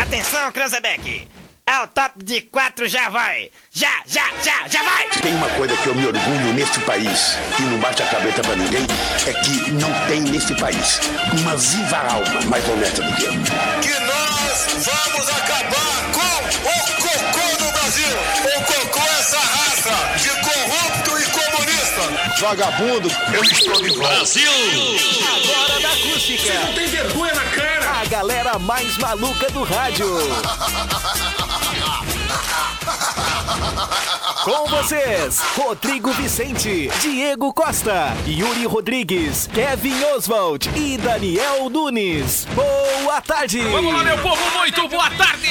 Atenção, Cranzebeck! Ao top de quatro já vai! Já, já, já, já vai! Tem uma coisa que eu me orgulho neste país, e não bate a cabeça pra ninguém, é que não tem neste país uma viva alma mais honesta do que eu. que nós vamos acabar com o cocô do Brasil. O cocô é essa raça de corrupto e comunista. Vagabundo, eu estou de volta. A galera mais maluca do rádio. Com vocês, Rodrigo Vicente, Diego Costa, Yuri Rodrigues, Kevin Oswald e Daniel Nunes. Boa tarde! Vamos lá, meu povo, muito boa tarde!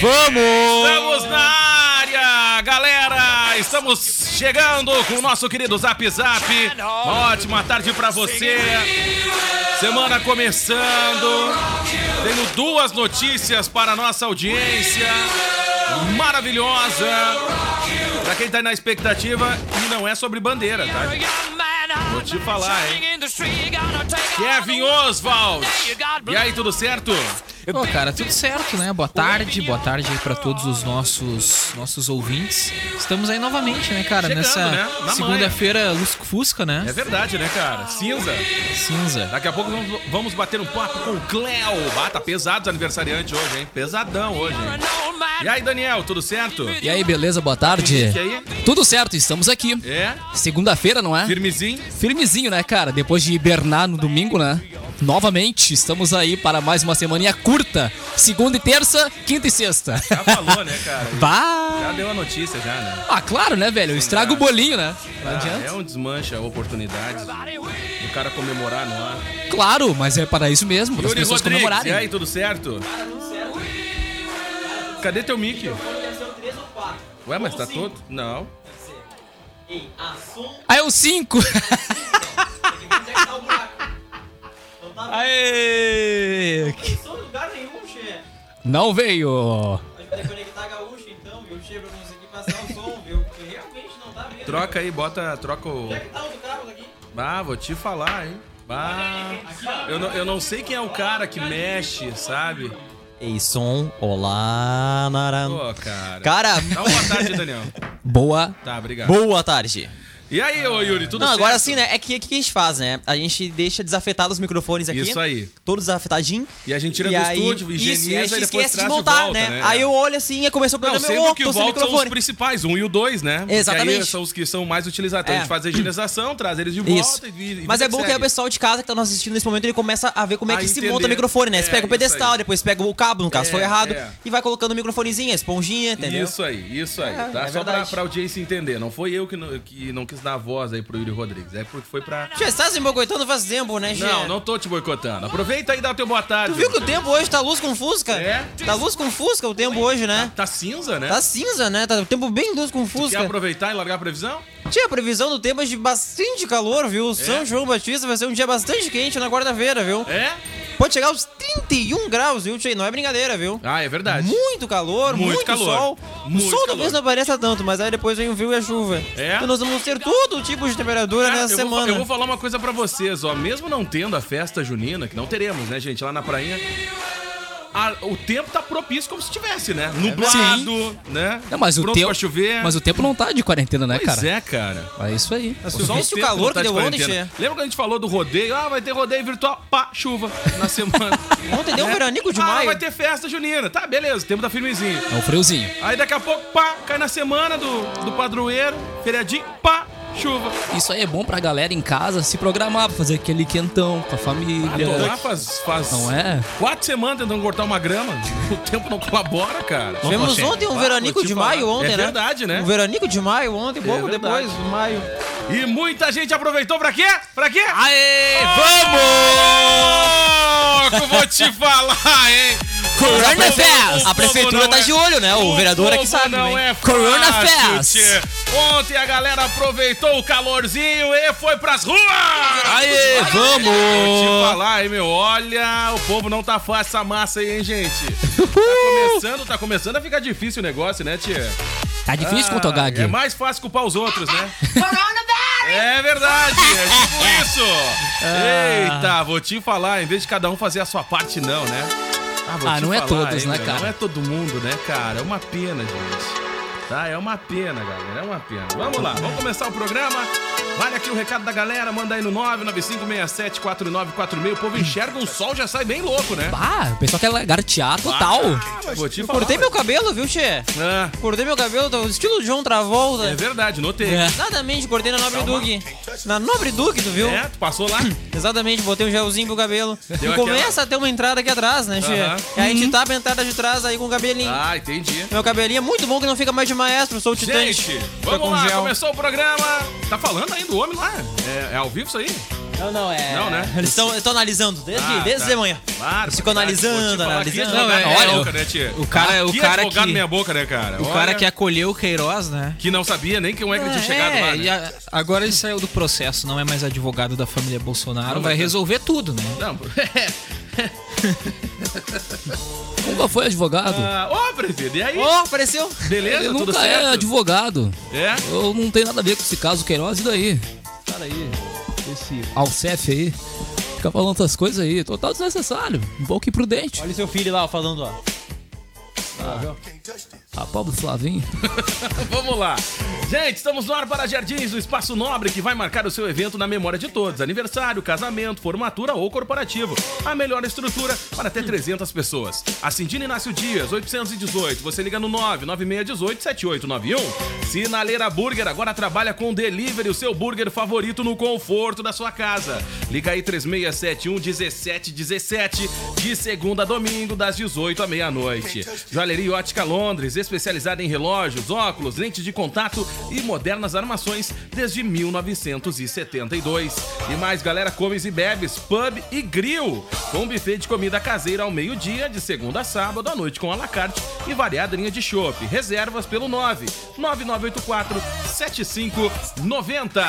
Vamos! Estamos na área, galera! Estamos chegando com o nosso querido Zap Zap. Uma ótima tarde pra você. Semana começando. Tenho duas notícias para a nossa audiência. Maravilhosa. Pra quem tá na expectativa, e não é sobre bandeira, tá? Vou te falar, hein? Kevin Oswald! E aí, tudo certo? Ô, cara, tudo certo, né? Boa tarde, boa tarde aí pra todos os nossos nossos ouvintes. Estamos aí novamente, né, cara? Chegando, Nessa né? Na manhã. segunda-feira Lusco Fusca, né? É verdade, né, cara? Cinza. Cinza. Daqui a pouco vamos, vamos bater um papo com o Cleo. Ah, tá pesado os aniversariantes hoje, hein? Pesadão hoje. hein? E aí, Daniel, tudo certo? E aí, beleza? Boa tarde. E aí? Tudo certo, estamos aqui. É? Segunda-feira, não é? Firmezinho? Firmezinho, né, cara? Depois de hibernar no domingo, né? Novamente, estamos aí para mais uma semaninha curta. Segunda e terça, quinta e sexta. Já falou, né, cara? Já Bah! deu a notícia, já, né? Ah, claro, né, velho? Eu estrago o bolinho, né? Não Ah, adianta. é um desmancha a oportunidade do cara comemorar no ar. Claro, mas é para isso mesmo, para as Yuri pessoas Rodrigues, e comemorarem. aí, tudo certo? Cadê teu mic? Ué, mas tá todo? Não. Ah, é o 5! Aê! Sou lugar nenhum, Xê. Não veio! A gente vai conectar a gaúcha então, viu, Xê, pra conseguir passar o som, viu? Porque realmente não tá vendo. Troca aí, bota, troca o... Onde é que tá o do carro aqui? Ah, vou te falar, hein? Ah, eu, não, eu não sei quem é o cara que mexe, sabe? Ei, som. Olá, Naran. Pô, cara. Cara, Dá uma boa tarde, Daniel. Boa! Tá, obrigado. boa tarde. E aí, ô Yuri, tudo Não, certo? agora sim, né? É que o que a gente faz, né? A gente deixa desafetados os microfones aqui. Isso aí. Todos desafetadinhos. E a gente tira E do aí- estúdio, isso, higieniza e e a gente depois traz esquece de de montar, volta, né? né? Aí eu olho assim e começou o Não, programa, eu sendo oh, que tô o sem Volta são os microfone. principais, um e o dois, né? Porque Exatamente. aí são os que são mais utilizados. É. A gente faz a higienização, traz eles de Isso. volta e, e Mas é bom que aí o pessoa. pessoal de casa que tá nos assistindo nesse momento, ele começa a ver como é A que se entender. monta o microfone, né? Você É, pega o isso aí. pedestal, depois pega o cabo, no caso É, foi errado, é. e vai colocando o microfonezinho, a esponjinha, entendeu? Isso aí, isso aí. É, tá? é Só pra, verdade. pra audiência entender. Não foi eu que não, que não quis dar voz aí pro Yuri Rodrigues. É porque foi pra. Já está se boicotando faz tempo, né, Gê? Não, não tô te boicotando. Aproveita aí e dá o teu boa tarde. Tu viu que o tempo hoje tá luz com fusca? É. Tá luz com fusca o tempo hoje, né? Tá cinza, né? Tá cinza, né? Tá o tempo bem luz com Quer fusca. aproveitar e largar a previsão? Tinha previsão do tempo é de bastante calor, viu? São João Batista vai ser um dia bastante quente na quarta-feira, viu? É. É? Pode chegar aos 31 graus, viu, Tchê? Não é brincadeira, viu? Ah, é verdade. Muito calor, Muito muito, calor. sol. Muito o sol calor. talvez não apareça tanto, mas aí depois vem o frio e a chuva. É? Então nós vamos ter todo tipo de temperatura Cara, nessa eu Vou, semana. fa- eu vou falar uma coisa pra vocês, ó. Mesmo não tendo a festa junina, que não teremos, né, gente, lá na prainha. a- o tempo tá propício como se tivesse, né? Nublado, né? Não, mas o Pronto tempo. pra chover. Mas o tempo não tá de quarentena, né, pois cara? é, cara. É isso aí. Mas tu viste o tempo calor tá que de deu ontem, quarentena. Tchê? Lembra quando a gente falou do rodeio? Ah, vai ter rodeio virtual. Pá, chuva na semana. Ontem deu um Né? veranico de ah, maio. vai ter festa junina. Tá, beleza. O tempo tá firmezinho. É um friozinho. Aí daqui a pouco, pá, cai na semana do, do padroeiro, feriadinho, pá, chuva. Isso aí é bom pra galera em casa se programar pra fazer aquele quentão com a Ah, tô lá família. faz, faz Não é? quatro semanas tentando cortar uma grama. O tempo não colabora, cara. Tivemos consegue. ontem um Ah, veranico vou te de falar. maio ontem, É né? verdade, né? É Um veranico de maio ontem, pouco verdade. depois, de maio. E muita gente aproveitou pra quê? Pra quê? Aê! Louco, vou te falar, hein? Corona Fest! O A povo não prefeitura tá é- de olho, né? O vereador aqui povo sabe. Não né? é Corona fácil, Fest! tchê. Ontem a galera aproveitou o calorzinho e foi pras ruas! Aê, Vou te vamos! falar, hein, meu? Olha, o povo não tá fácil essa massa aí, hein, gente? Tá começando, tá começando a ficar difícil o negócio, né, tia? Tá difícil contra o Gag. É mais fácil culpar os outros, né? É verdade, é Ah. tipo isso. Eita, vou te falar, em vez de cada um fazer a sua parte, não, né? vou Ah, te não é falar, todas, né, cara? Não é todo mundo, né, cara? É uma pena, gente. Tá, é uma pena, galera, é uma pena. Vamos lá, vamos começar o programa. Vale aqui o recado da galera, manda aí no 995674946. O povo enxerga o sol, já sai bem louco, né? Ah, o pessoal quer lagartear total. Ah, vou te falar. Cortei meu cabelo, viu, Tchê? Ah, Cortei meu cabelo, tá estilo John Travolta. é verdade, notei. É. Exatamente, cortei na Nobre Duque. Na Nobre Duque, tu viu? É, tu passou lá? Exatamente, botei um gelzinho pro cabelo. Deu e começa a ter uma entrada aqui atrás, né, Tchê? Aham. E aí a gente tapa a entrada de trás aí com o cabelinho. Ah, entendi. Meu cabelinho é muito bom que não fica mais de maestro, sou titante. Gente, Foi vamos com lá, gel. começou o programa. Tá falando ainda o homem lá? É, é ao vivo isso aí? Não, não, é. Não, né? Eles estão analisando desde, Ah, desde tá. de manhã. Claro. Psicoanalisando, analisando. Não, Não, é- é, olha, louca, né, tia? o cara- o que cara advogado que- meia boca, né, cara? O cara Olha, que acolheu o Queiroz, né? que não sabia nem como é que ele tinha chegado é, lá, né? e a- agora ele saiu do processo, não é mais advogado da família Bolsonaro, Não, vai mas- resolver tudo, né? Não, Nunca foi advogado. Ah, Ô, prefeito, e aí? Oh, apareceu. Beleza, Ele tudo nunca certo? é advogado. É? Eu não tenho nada a ver com esse caso Queiroz, e daí? Cara aí, esse Alcef aí, fica falando essas coisas aí, total desnecessário, um pouco imprudente. Olha seu filho lá falando, ó. A Tá, pobre Flavinho. Vamos lá. Gente, estamos no ar para Jardins, o espaço nobre que vai marcar o seu evento na memória de todos. Aniversário, casamento, formatura ou corporativo. A melhor estrutura para até 300 pessoas. A Cindina Inácio Dias, 818. Você liga no 99618 7891. Sinaleira Burger agora trabalha com delivery, o seu burger favorito no conforto da sua casa. Liga aí 3671 1717, de segunda a domingo, das 18 à meia-noite. Joalheria e Ótica Londres, especializada em relógios, óculos, lentes de contato e modernas armações desde 1972. E mais, galera, comes e bebes, pub e grill, com um buffet de comida caseira ao meio-dia, de segunda a sábado à noite com alacarte e variada linha de chopp. Reservas pelo 9 9984 7590.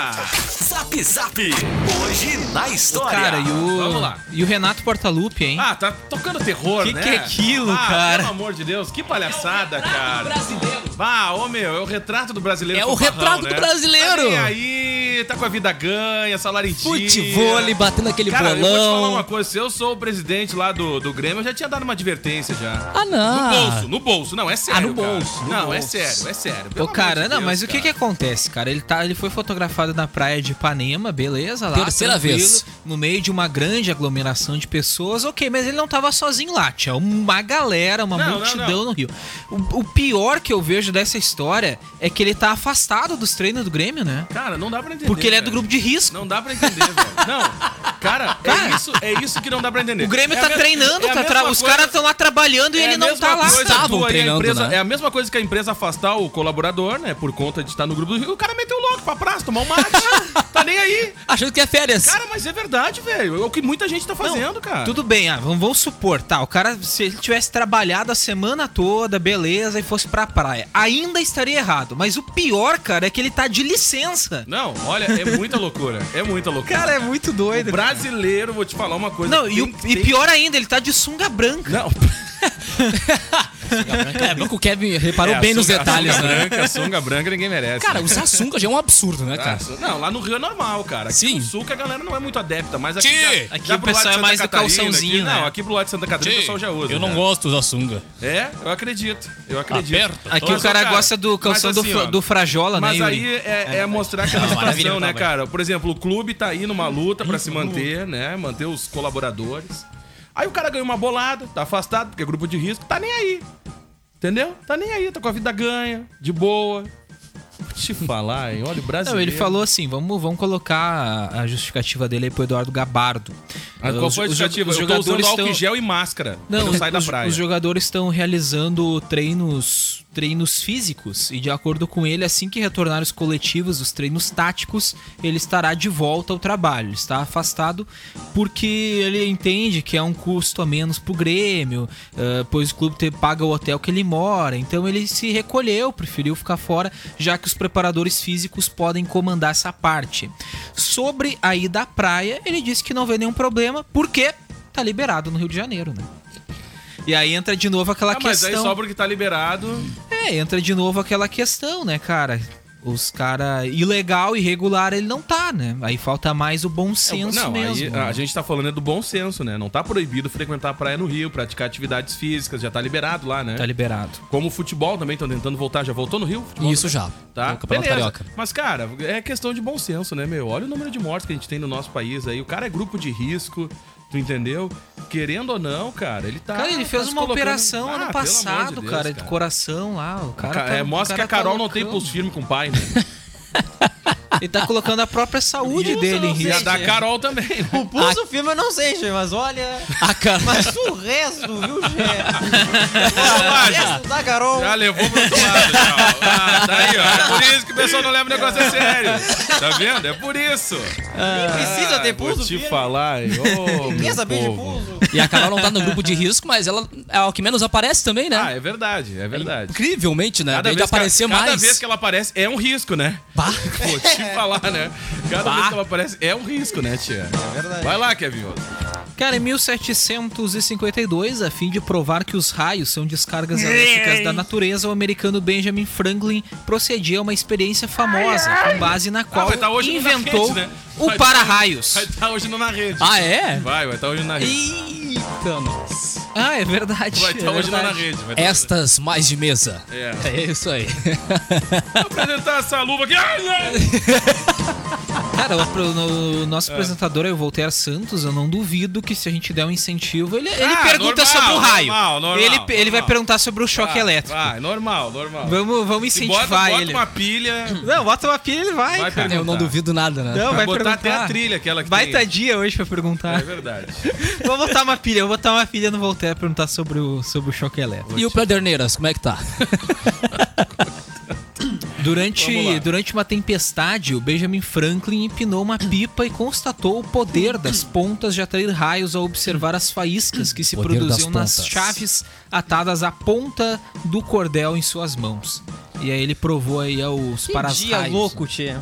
Zap Zap. Hoje na história. Cara, e o. Vamos lá. E o Renato Portaluppi, hein? Ah, tá tocando terror, Que né? que é aquilo, Ah, cara? Pelo amor de Deus, que palhaçada, cara. Ah, ô meu, é o retrato do brasileiro. É o fanfarrão, retrato do brasileiro. Tá nem aí, tá com a vida ganha, salário em dia. Futebol, batendo aquele Cara, eu vou te falar uma bolão. coisa, se eu sou o presidente lá do, do Grêmio, eu já tinha dado uma advertência já. Ah, No bolso, não. no bolso, não, é sério. Ah, no cara. bolso, no não, é bolso. sério, é sério. Pelo Ô, amor cara, de não, Deus, mas o que que cara. acontece, cara? Ele, tá, ele foi fotografado na praia de Ipanema, beleza, lá. Terceira tranquilo, vez. No meio de uma grande aglomeração de pessoas, ok, mas ele não tava sozinho lá, tinha uma galera, uma Não, não, multidão não. no Rio. O, o pior que eu vejo dessa história é que ele tá afastado dos treinos do Grêmio, né? Cara, não dá pra entender. Porque ele é do velho. grupo de risco. Não dá pra entender, velho. Não. Cara, Cara. É, isso, é isso que não dá pra entender. O Grêmio É a tá me- treinando, é a tá tra- mesma os coisa- caras estão lá trabalhando e é a ele não mesma tá lá. coisa Estavam tu aí, a treinando, empresa- né? É a mesma coisa que a empresa afastar o colaborador, né? Por conta de estar no grupo do Rio. O cara meteu louco pra praça, tomar um mate. tá nem aí. Achando que é férias. Cara, mas é verdade, velho. É o que muita gente tá fazendo, cara. Tudo bem, ah, vamos, vamos supor, tá? O cara, se ele tivesse trabalhado a semana toda, beleza, e fosse pra praia, ainda estaria errado. Mas o pior, cara, é que ele tá de licença. Não, olha, é muita loucura. É muita loucura. Cara, é muito doido. O brasileiro, vou te falar uma coisa. Não, e, o- tem- e tem- pior ainda, ele tá de sunga branca. Não, É, bem que o Kevin reparou é, a bem nos sunga- detalhes, a sunga né? Branca, a sunga branca ninguém merece. Cara, né? usar sunga já é um absurdo, né, Ah, cara? su- Não, lá no Rio é normal, cara. Aqui Sim. no sul que a galera não é muito adepta, mas aqui. Tchê! já- já pro Aqui o lado pessoal de é Santa mais do Catarina, calçãozinho, aqui- Não, né? aqui pro lado de Santa Catarina o pessoal já usa. né? Eu não cara. gosto de usar sunga. É, eu acredito. Eu acredito. Aperta. Aqui Olha o só, cara gosta do calção mas do, assim, fra- ó, do Frajola, Mas né, aí Yuri? é, é mostrar aquela maravilha, situação, né, papai. cara? Por exemplo, o clube tá aí numa luta pra se manter, né? Manter os colaboradores. Aí o cara ganhou uma bolada, tá afastado, porque é grupo de risco, tá nem aí. Entendeu? Tá nem aí, tá com a vida ganha, de boa. Vou te falar, hein? Olha o Brasil. Não, ele falou assim, vamos, vamos colocar a- a justificativa dele aí pro Eduardo Gabardo. Ah, qual Os- foi a os jo- justificativa? os Eu tô usando jogadores álcool em tão- gel e máscara Não, quando sai da os, praia. os jogadores estão realizando treinos, treinos físicos e de acordo com ele, assim que retornar os coletivos, os treinos táticos, ele estará de volta ao trabalho. Ele Está afastado porque ele entende que é um custo a menos pro Grêmio, eh, pois o clube te- paga o hotel que ele mora. Então ele se recolheu, preferiu ficar fora, já que os preparadores físicos podem comandar essa parte. Sobre a ida à praia, ele disse que não vê nenhum problema, porque tá liberado no Rio de Janeiro, né? E aí entra de novo aquela Ah, mas aí questão. só porque tá liberado. É, entra de novo aquela questão, né, cara? Os cara ilegal, irregular, ele não tá, né? Aí falta mais o bom senso É, não, mesmo. aí né? a gente tá falando é do bom senso, né? Não tá proibido frequentar a praia no Rio, praticar atividades físicas, já tá liberado lá, né? Tá liberado. Como o futebol também estão tentando voltar, já voltou no Rio? o futebol? Isso já. Tá? O Campeonato Beleza. Carioca. Mas, cara, é questão de bom senso, né, meu? Olha o número de mortes que a gente tem no nosso país aí. O cara é grupo de risco, tu entendeu? Querendo ou não, cara, ele tá. Ah, Cara, ele fez tá se uma colocando- operação Ah, ano pelo passado, amor de Deus, cara, de coração lá. O cara Ca- tá- é, mostra o que cara a Carol tá não tem loucão. pulso firme com o pai, né? Ele tá colocando a própria saúde dele em E a risco. da Carol também, né? O pulso do filme eu não sei, Gê, mas olha. A cara... Mas o resto, viu, Gê? O Bobagem. resto da Carol. Já levou pro outro lado, já. ó. Ah, tá aí, ó. É por isso que o pessoal não leva o negócio a sério. Tá vendo? É por isso. Nem precisa ter pulso. Vou te filho. falar, hein? Ô, Quer meu saber de povo. pulso? E a Carol não tá no grupo de risco, mas ela é o que menos aparece também, né? Ah, é verdade, é verdade. Incrivelmente, né? Daí de que- aparecer cada mais. vez que ela aparece, é um risco, né? Bah. Vou te falar, né? Cada Bah. vez que ela aparece, é um risco, né, tia? É verdade. Vai lá, Kevin. Oswald. Cara, em 1752, a fim de provar que os raios são descargas elétricas da natureza, o americano Benjamin Franklin procedia a uma experiência famosa, com base na qual vai tá hoje na inventou rede, né? o Vai tá- para-raios. Vai estar hoje no na rede. Ah, é? Vai, vai estar hoje na rede. Eita, nossa. Ah, é verdade. Vai é estar hoje no na verdade. rede. vai tá- Estas mais de mesa. É. É isso aí. Vou apresentar essa luva aqui. Ai, ai. Cara, o, pro- no- o nosso apresentador é o Voltaire Santos, eu não duvido que se a gente der um incentivo, ele, ele Ah, pergunta normal, sobre o raio. normal, normal, ele, ele vai normal. perguntar sobre o choque Vai, elétrico. Vai, normal, normal. Vamos, vamos Se bota, incentivar bota ele. uma pilha. Não, bota uma pilha e ele Vai vai, cara. perguntar. Eu não duvido nada, né? Não, Vai, vai botar até perguntar. a trilha, aquela que Vai tem. tá dia hoje pra É perguntar. verdade. vou botar uma pilha, eu vou botar uma pilha no Voltaire pra perguntar sobre o, sobre o choque elétrico. E o Pederneiras, como é que tá? Vamos lá. Durante, durante uma tempestade, o Benjamin Franklin empinou uma pipa e constatou o poder das pontas de atrair raios ao observar as faíscas que se Poder produziam das nas pontas. chaves atadas à ponta do cordel em suas mãos. E aí ele provou aí os Que dia para-raios. louco, tia.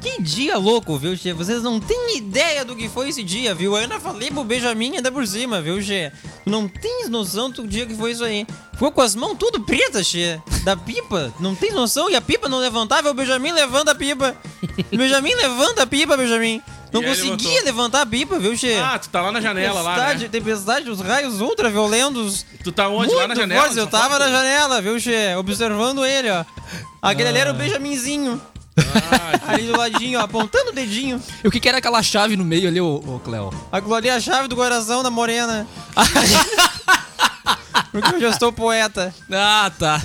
Que dia louco, viu, tia? Vocês não têm ideia do que foi esse dia, viu? Eu ainda falei pro Benjamin ainda por cima, viu, tia? Tu não tens noção do dia que foi isso aí. Ficou com as mãos tudo pretas, tia. Da pipa. Não tens noção? E a pipa não levantava, o Benjamin levanta a pipa. O Benjamin levanta a pipa, Benjamin. Não E aí conseguia levantou. levantar a pipa, viu, tia? Ah, tu tá lá na janela, lá, tempestade, né? tempestade, os raios ultraviolentos. Tu tá onde? lá na Muito janela? forte, eu tava na janela, viu, Che? Observando ele, ó. Aquele ali era Ah. o Benjaminzinho. ali do ladinho, ó, apontando o dedinho. E o que, que era aquela chave no meio ali, ô, ô Cleo? Aquilo ali é a chave do coração da morena. Porque eu já estou poeta. Ah, tá.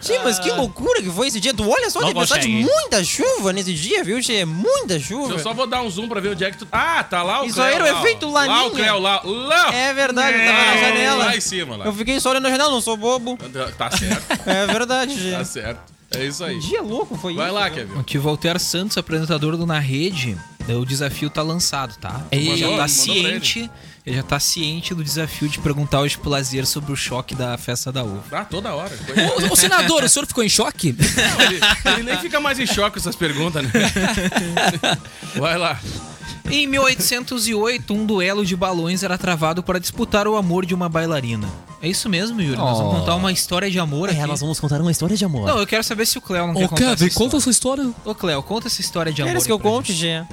Che, mas Ah. que loucura que foi esse dia. Tu olha só, Não tem bastante consegue. muita chuva nesse dia, viu, Che? Muita chuva. Eu só vou dar um zoom pra ver onde é que tu. Ah, tá lá o Isso Cleo, aí era o lá, ó. efeito Lá o Laninha. Cleo, lá. lá. É verdade, eu tava na janela. Lá em cima, lá. Eu fiquei só olhando na janela, não sou bobo. Tá certo, É verdade, tá Che. certo. É isso aí. Que dia louco foi Vai isso. lá, viu? Kevin. Aqui, Voltaire Santos, apresentador do Na Rede, o desafio tá lançado, tá? Ei, ele já mandou pra tá ciente, ele. já tá ciente do desafio de perguntar hoje pro Lazier sobre o choque da festa da uva. Ah, toda hora. Ô, ô, senador, o senhor ficou em choque? Ele, ele nem fica mais em choque com essas perguntas, né? Vai lá. Em 1808, um duelo de balões era travado para disputar o amor de uma bailarina. É isso mesmo, Yuri? Nós vamos Oh. contar uma história de amor aqui. vamos contar uma história de amor. Não, eu quero saber se o Cleo não quer Ô, contar essa Kevin, história. conta a sua história. Ô, Cleo, conta essa história de amor. Queres que aí eu pra conte, Gê?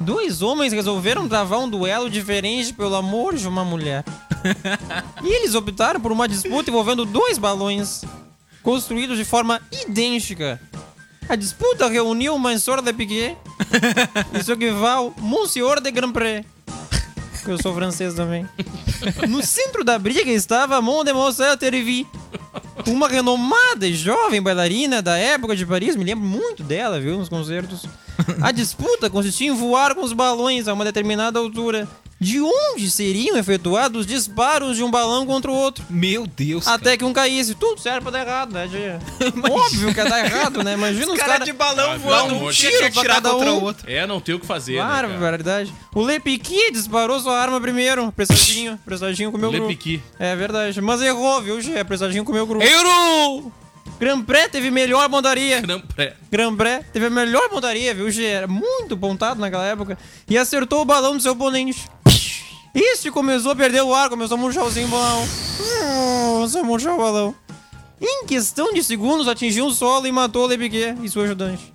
Dois homens resolveram travar um duelo diferente pelo amor de uma mulher. e eles optaram por uma disputa envolvendo dois balões, construídos de forma idêntica. A disputa reuniu Monsieur de Piquet e seu rival Monsieur de Grand Prix. que Eu sou francês também. No centro da briga estava Mademoiselle Tervi, uma renomada e jovem bailarina da época de Paris, me lembro muito dela, viu, nos concertos. A disputa consistia em voar com os balões a uma determinada altura, de onde seriam efetuados os disparos de um balão contra o outro. Meu Deus, Até que um caísse. Tudo serve pra dar errado, né, Gê? Óbvio que ia dar errado, né? Imagina os caras. Cara Ah, Não voando um tiro pra cada um. É, não tem o que fazer. Claro, né, cara? verdade. O Lepiqui disparou sua arma primeiro. Apressadinho, apressadinho com o meu Lê grupo. piqui. É verdade. Mas errou, viu, Gê? Apressadinho com o meu grupo. Euro! Grand Pré teve melhor bondaria. Não, pré. Grand Pré teve a melhor pontaria, viu, Gê? Era muito pontado naquela época. E acertou o balão do seu oponente. Este começou a perder o ar, começou a murchar o zinho balão. Hum, Começou a murchar o balão. Em questão de segundos, atingiu o solo e matou o Lebiquet e seu ajudante.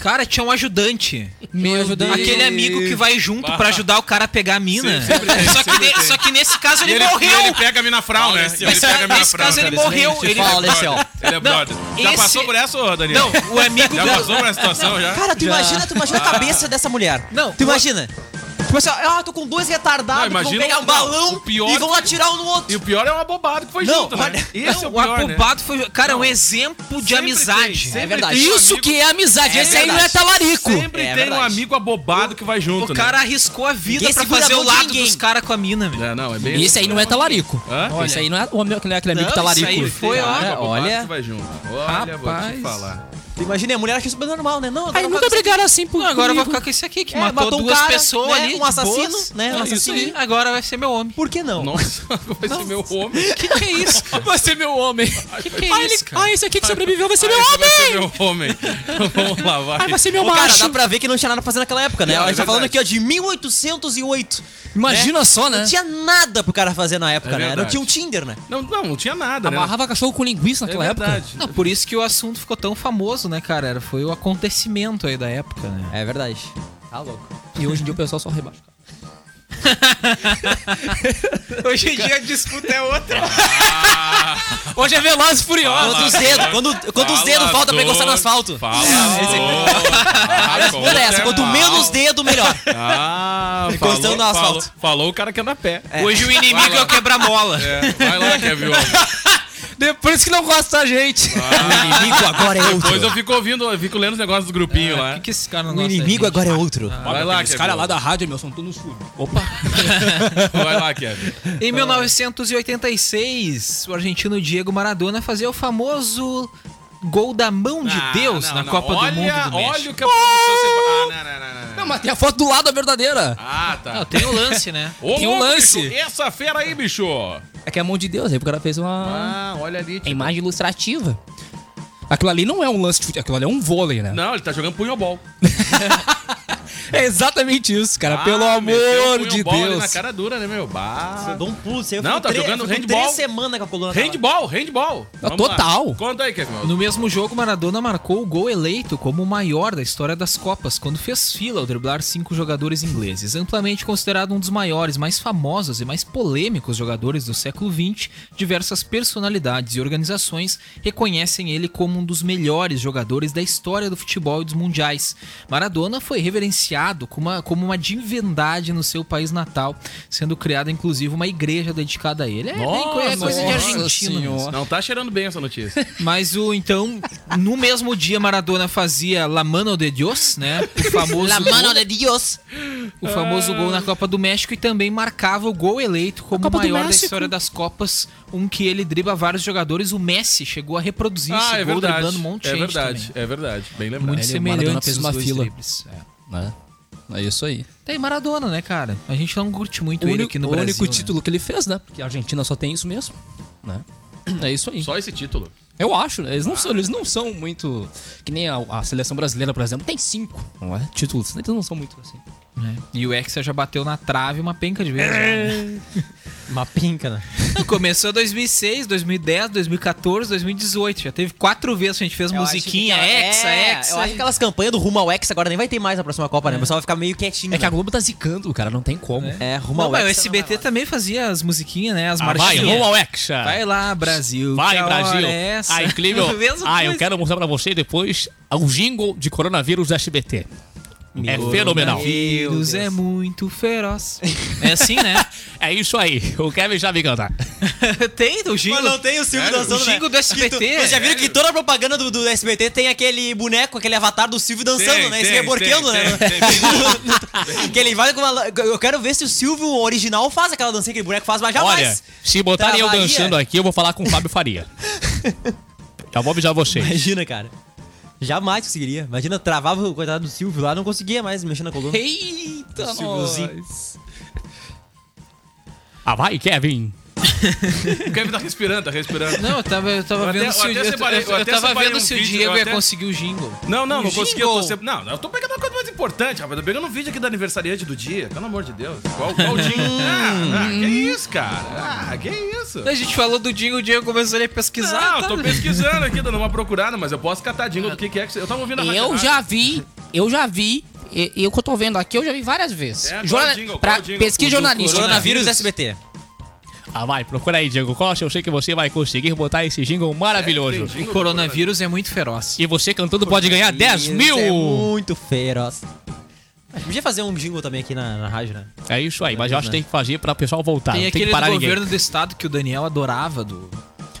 Cara, tinha um ajudante. Meu ajudante. Aquele amigo que vai junto pra ajudar o cara a pegar a mina. Sempre tem, só, que sempre ne- tem. só que nesse caso ele, E ele, morreu. e ele pega a mina fral, né? E Ele Nesse- pega a mina nesse fral. caso ele morreu. Te fala, Alessio. Ele é brother. Já esse- passou por essa, ô, Daniel? Não, o amigo Já do- passou por essa situação, já? Cara, tu Já. imagina, tu imagina a cabeça dessa mulher. Não, Tu imagina. Tipo assim, ó, ah, tô com dois retardados Não, que vão imagina pegar o- um balão não, o pior e vão que- atirar um no outro. E o pior é uma bobada que foi Não, junto, né? olha- Esse é o Não, pior, né? apobado foi. Cara, é um exemplo Sempre de tem, amizade. sempre É verdade. tem um Isso amigo- que é amizade. É Esse aí não é verdade. talarico. Sempre É tem um verdade. amigo abobado que vai junto, O né? cara arriscou a vida Ninguém pra segura a fazer o mão de lado ninguém. dos caras com a mina, velho. né? É, não, é bem E esse aí não é talarico. Hã? Olha. Esse aí não é o meu- aquele aquele amigo Não, talarico. isso aí foi, ó. Cara, abobado olha. que vai junto. Olha, vou te Rapaz. falar. Tu imagina, a mulher achou super normal, né? Não, agora Aí eu nunca vou- brigaram assim por Não, agora eu vou comigo. ficar com esse aqui que É, matou, matou um duas cara, pessoas né, ali. um de assassino, boas. né, um É, isso aí. assassino. Agora vai ser meu homem. Por que não? Nossa, vai ser meu homem. Que que é isso? Vai ser meu homem. Que que é Ah, ele- isso, cara? ah, esse aqui que sobreviveu vai ser meu Ai, Vai ser homem. meu homem. Vamos lá, vai. Ai, vai ser meu Ô, cara, macho. dá pra ver que não tinha nada pra fazer naquela época, né? Não, a gente é tá falando verdade. aqui, ó, de 1808. Imagina só, né? Não tinha nada pro cara fazer na época, É né? Era o verdade. que o Tinder, né? Não, não, não tinha nada, né? Amarrava cachorro com linguiça naquela é época. verdade. Não, por isso que o assunto ficou tão famoso, né, cara? Era- Foi o acontecimento aí da época, né? É verdade. Tá louco. E hoje em dia o pessoal só rebaixa. Hoje em dia a disputa é outra. Ah! Hoje é Velozes e Furiosos. Quando os dedos, quando, quando os dedos faltam pra encostar no asfalto. Fala. Esse Olha é essa, quanto menos dedo, melhor. Ah, Encostando falou, no asfalto. Falou, falou o cara que anda a pé. Hoje o inimigo é o quebra-mola. É, vai lá, Kevin. Homem. De- Por isso que não gosta da gente. O inimigo agora é outro. Ah. Depois eu fico ouvindo, eu fico lendo os negócios do grupinho lá. Ah, O É, que, que esse cara não O gosta? inimigo gente? agora é outro. Vai lá, Os Kevin. caras lá da rádio, meu, são todos sul. Opa. Vai lá, Kevin. Em 1986, o argentino Diego Maradona fazia o famoso gol da mão de Deus Ah, na não, Copa não. do Olha- Mundo do Olha México. o que a produção separa- Ah, não, não, não, não, não. Não, mas tem a foto do lado, a verdadeira. Ah, Não, tá. tem o lance, né? Ô, tem um louco, lance. bicho, Essa fera aí, bicho. É que é a mão de Deus, aí o cara fez uma Ah, olha ali. é tipo- imagem ilustrativa. Aquilo ali não é um lance de futebol, aquilo ali é um vôlei, né? Não, ele tá jogando punhobol. É exatamente isso, cara. Ah, Tá, Pelo meteu o amor de punhobol ali Deus. Na cara dura, né, meu? Bah. Eu dou um pulo, você Não, tá jogando handball. Três semanas com a coluna. na Handball, handball. Ah, Vamos lá. total. Conta aí, Kevin. No mesmo jogo, Maradona marcou o gol eleito como o maior da história das Copas, quando fez fila ao driblar cinco jogadores ingleses. Amplamente considerado um dos maiores, mais famosos e mais polêmicos jogadores do século XX, diversas personalidades e organizações reconhecem ele como um dos melhores jogadores da história do futebol e dos mundiais. Maradona foi reverenciado como uma, como uma divindade no seu país natal, sendo criada inclusive uma igreja dedicada a ele. É, bem co- é coisa de Nossa argentino. Senhora. mesmo. Não tá cheirando bem essa notícia. Mas o então, no mesmo dia, Maradona fazia La Mano de Dios, né? O famoso, La mano gol, de Dios. o famoso gol na Copa do México e também marcava o gol eleito como o Copa do maior da México. história das Copas, um que ele driba vários jogadores. O Messi chegou a reproduzir ah, esse é gol verdade. driblando um monte de é gente verdade, também. é verdade. Bem lembrado. Muito Ele- o Maradona semelhante fez os uma dois fila. dribles. É. É. É isso aí. Tem Maradona, né, cara? A gente não curte muito O ele único, aqui no o Brasil. único né? título que ele fez, né? Porque a Argentina só tem isso mesmo, né? É isso aí. Só esse título. Eu acho, né? Eles não, são, eles não são muito. Que nem a, a seleção brasileira, por exemplo, tem cinco não é? títulos. Eles não são muito assim. né? E o Hexa já bateu na trave uma penca de vez. já, né? Uma pinca, né? Não, Começou 2006, 2010, 2014, 2018. Já teve quatro vezes que a gente fez musiquinha, exa, É, Eu exa. acho que aquelas campanhas do Rumo ao Hexa agora nem vai ter mais na próxima Copa, né? O pessoal vai ficar meio quietinho. É que a né? Globo tá zicando, cara, não tem como. É, Rumo Não, ao mas o Hexa. SBT também fazia as musiquinhas, né? As Ah, vai, marchinhas. rumo ao Hexa. Vai lá, Brasil. Vai, que a hora Brasil. É essa. Ah, incrível. Mesma ah, eu coisa. quero mostrar pra você depois o jingle de coronavírus da SBT. É fenomenal. Vírus é muito feroz. É assim, né? É isso aí. O Kevin já me cantar. Tem do Mas Gino. não tem o Silvio Sério? dançando, O Jingle né? do SBT. Que tu- Vocês já viram que toda a propaganda do, do SBT tem aquele boneco, aquele avatar do Silvio dançando, Tem, né? tem, se reborqueando, tem, né? tem, tem. que ele vai com uma... la- Eu quero ver se o Silvio original faz aquela dancinha que o boneco faz, mas jamais. Olha, se botarem eu Travaria. dançando aqui, eu vou falar com o Fábio Faria. já vou avisar vocês. Imagina, cara. Jamais conseguiria. Imagina, travava o coitado do Silvio lá, não conseguia mais mexer na coluna. Eita, Silviozinho. Ah, vai, Kevin. O Kevin tá respirando, tá respirando. Não, eu tava, eu tava Eu até- vendo eu se o, até eu, separei- eu eu até tava separei vendo um se o vídeo, Diego eu ia até- conseguir o jingle. Não, não, Um não consegui. Eu jingle. tô sempre... Não, eu tô pegando uma coisa mais importante, rapaz. Eu tô pegando um vídeo aqui do aniversariante do dia, pelo amor de Deus. Qual, qual dia? ah, ah, que isso, cara? Ah, que isso? cabeça. A gente falou do Dingo, o Diego começou ali a pesquisar. Não, tá? eu tô pesquisando aqui, dando uma procurada, mas eu posso catar jingle do que que é que você... Eu tava ouvindo a rádio- Eu já vi, eu já vi, e- e o que eu tô vendo aqui, eu já vi várias vezes. É, qual Jorna- o jingle? Qual pra o jingle? é- pesquisa O do jornalística. Coronavírus SBT. Ah, vai, procura aí, Diego Costa. Eu sei que você vai conseguir botar esse jingle maravilhoso. O coronavírus é muito feroz. E você cantando pode ganhar 10 mil! É muito feroz. A gente podia fazer um jingle também aqui na, na rádio, né? É isso aí, mas eu acho que tem que fazer pra o pessoal voltar. Ah, Tem não tem aquele que do parar ninguém. governo do estado que o Daniel adorava do.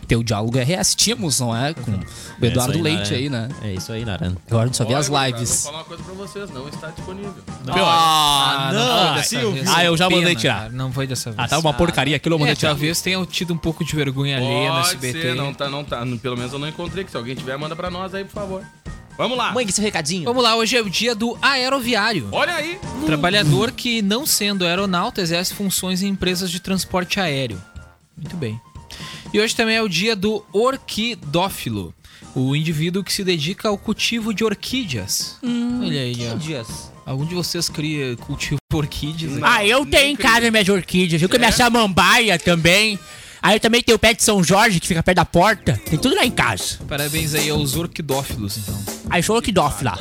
Tem o diálogo RS Timos, não é? Com o Eduardo isso aí, Leite aí, né? É isso aí, Naran. Eu acho que só vê Olha, as cara, lives. Vou falar uma coisa pra vocês, não está disponível. Ah, não, Ah, dessa eu- vez. ah, eu já Pena, mandei tirar. cara, não foi dessa vez. Ah, tá uma porcaria aquilo, eu É, mandei tirar. talvez tenha tido um pouco de vergonha alheia no Pode SBT. ser, não tá, não tá. Pelo menos eu não encontrei. que Se alguém tiver, manda pra nós aí, por favor. Vamos lá. Mãe, que seu recadinho. Vamos lá, hoje é o dia do aeroviário. Olha aí. Trabalhador que, não sendo aeronauta, exerce funções em empresas de transporte aéreo. Muito bem. E hoje também é o dia do orquidófilo, o indivíduo que se dedica ao cultivo de orquídeas. Olha aí, ó. Dias. Algum de vocês cria cultivo de orquídeas? aí? Ah, eu tenho em casa minhas orquídeas, viu? Que minha samambaia também. Aí eu também tenho o pé de São Jorge, que fica perto da porta. Tem tudo lá em casa. Parabéns aí aos orquidófilos, então. Aí sou orquidófila.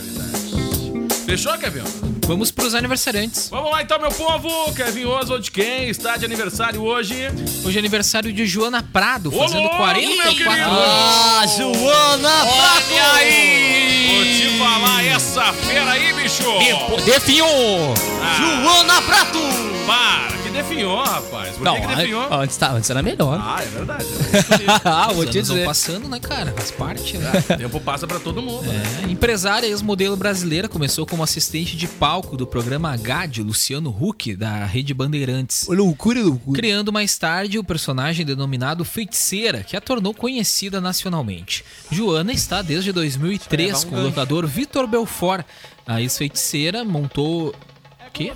Fechou, Kevin? Vamos pros aniversariantes. Vamos lá então, meu povo. Kevin Oswald, quem está de aniversário hoje? Hoje é aniversário de Joana Prado, fazendo louco, meu 44 querido! anos. Ah, Joana! tá Olha aí! Vou te falar essa fera aí, bicho! Definhou! Joana Prato! Para, que definhou, rapaz. Por Não, que, que definhou? an- antes, tá, antes era melhor. Ah, é verdade. Ah, vou Os te anos vão dizer. passando, né, cara? Faz parte, né? O tempo passa pra todo mundo. né? É, Empresária e ex-modelo brasileira, começou como assistente de palco do programa H de Luciano Huck, da Rede Bandeirantes. Loucura, loucura. Criando mais tarde o personagem denominado Feiticeira, que a tornou conhecida nacionalmente. Joana está desde 2003 com o locador Vitor Belfort. A ex-feiticeira montou. O quê?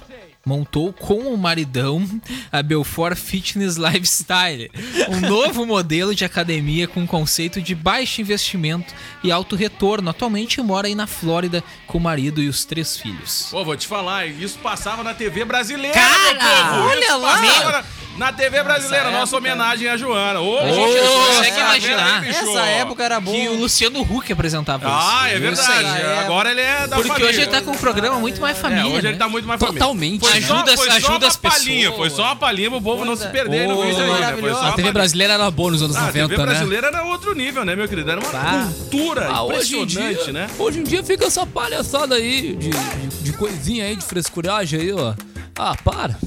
Montou com o maridão a Belfort Fitness Lifestyle, um novo modelo de academia com conceito de baixo investimento e alto retorno. Atualmente mora aí na Flórida com o marido e os três filhos. Pô, vou te falar, isso passava na TV brasileira, Cara, meu né? povo. olha Isso lá. passava na- Na TV brasileira, Nessa nossa época. homenagem à Joana. Ô, gente gente, não consegue essa imaginar. fera aí, bicho. Essa época era boa. Que o Luciano Huck apresentava Ah, é isso. Isso verdade. aí. Agora ele é da Porque família. hoje ele tá com um programa muito mais É, família. hoje né? ele tá muito mais família. Totalmente. né? Foi só- Ajuda- foi só ajuda uma as palhinha, pessoas. Foi só uma palhinha pro povo não se perder no Ô, vídeo aí, né? Foi só maravilhoso. uma A TV palhinha. brasileira era boa nos anos Ah, a 90, TV né? brasileira era outro nível, né, meu querido? Era uma Bah. cultura Ah, hoje em impressionante, dia, né? hoje em dia fica essa palhaçada aí de, de- de coisinha aí, de frescuragem aí, ó. Ah, para.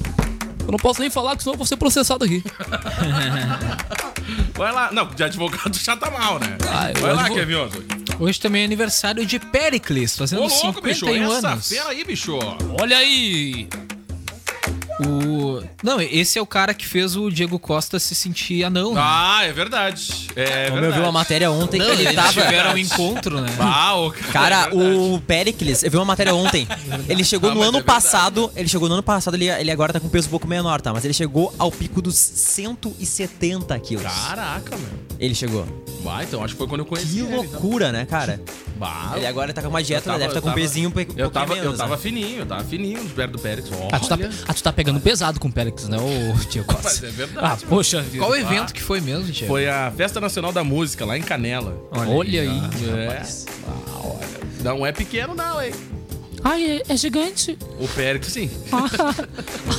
Eu não posso nem falar que senão eu vou ser processado aqui. Vai lá. Não, de advogado já tá mal, né? Ah, eu Vai lá, advo- Kevin Oswald. Hoje também é aniversário de Pericles, fazendo Ô, louco, 51 bicho. Essa anos. fera aí, bicho. Olha aí! O... Não, esse é o cara que fez o Diego Costa se sentir anão. né? Ah, é verdade. É Como eu vi uma verdade. matéria ontem Não, que ele eles tava. tiveram um encontro, né? Ah, ô, é Cara, verdade. o Pericles, eu vi uma matéria ontem. Ele chegou Ah, no mas ano é verdade. passado, ele chegou no ano passado, ele, ele agora tá com um peso um pouco menor, tá? Mas ele chegou ao pico dos 170 quilos. Caraca, meu. Ele chegou. Bah, então acho que foi quando eu conheci Que ele, então. loucura, né, cara? Bah, Ele agora tá com uma dieta, eu ele deve tava- tá com um eu tava- pezinho um pe- um Eu pouquinho tava, eu menos, tava né? fininho, eu tava fininho perto do Pérez. Ah tu, tá, ah, tu tá pegando pesado com o Pélix, né, ô Tio Costa? Mas é verdade, Ah, poxa vida. Qual evento que foi mesmo, Diego? Foi a Festa Nacional da Música, lá em Canela. Olha aí. É. Ah, olha. Não é pequeno, não, hein? Ai, é, é gigante. O Pérez, sim.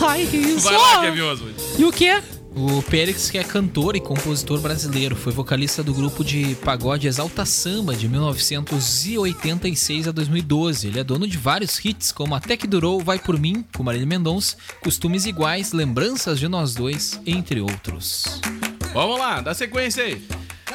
Ai, que isso. Vai lá, Kevin Oswald. E o quê? O Périx, que é cantor e compositor brasileiro, foi vocalista do grupo de pagode Exalta Samba de 1986 a 2012. Ele é dono de vários hits, como Até Que Durou, Vai Por Mim, com Marília Mendonça, Costumes Iguais, Lembranças de Nós Dois, entre outros. Vamos lá, dá sequência aí.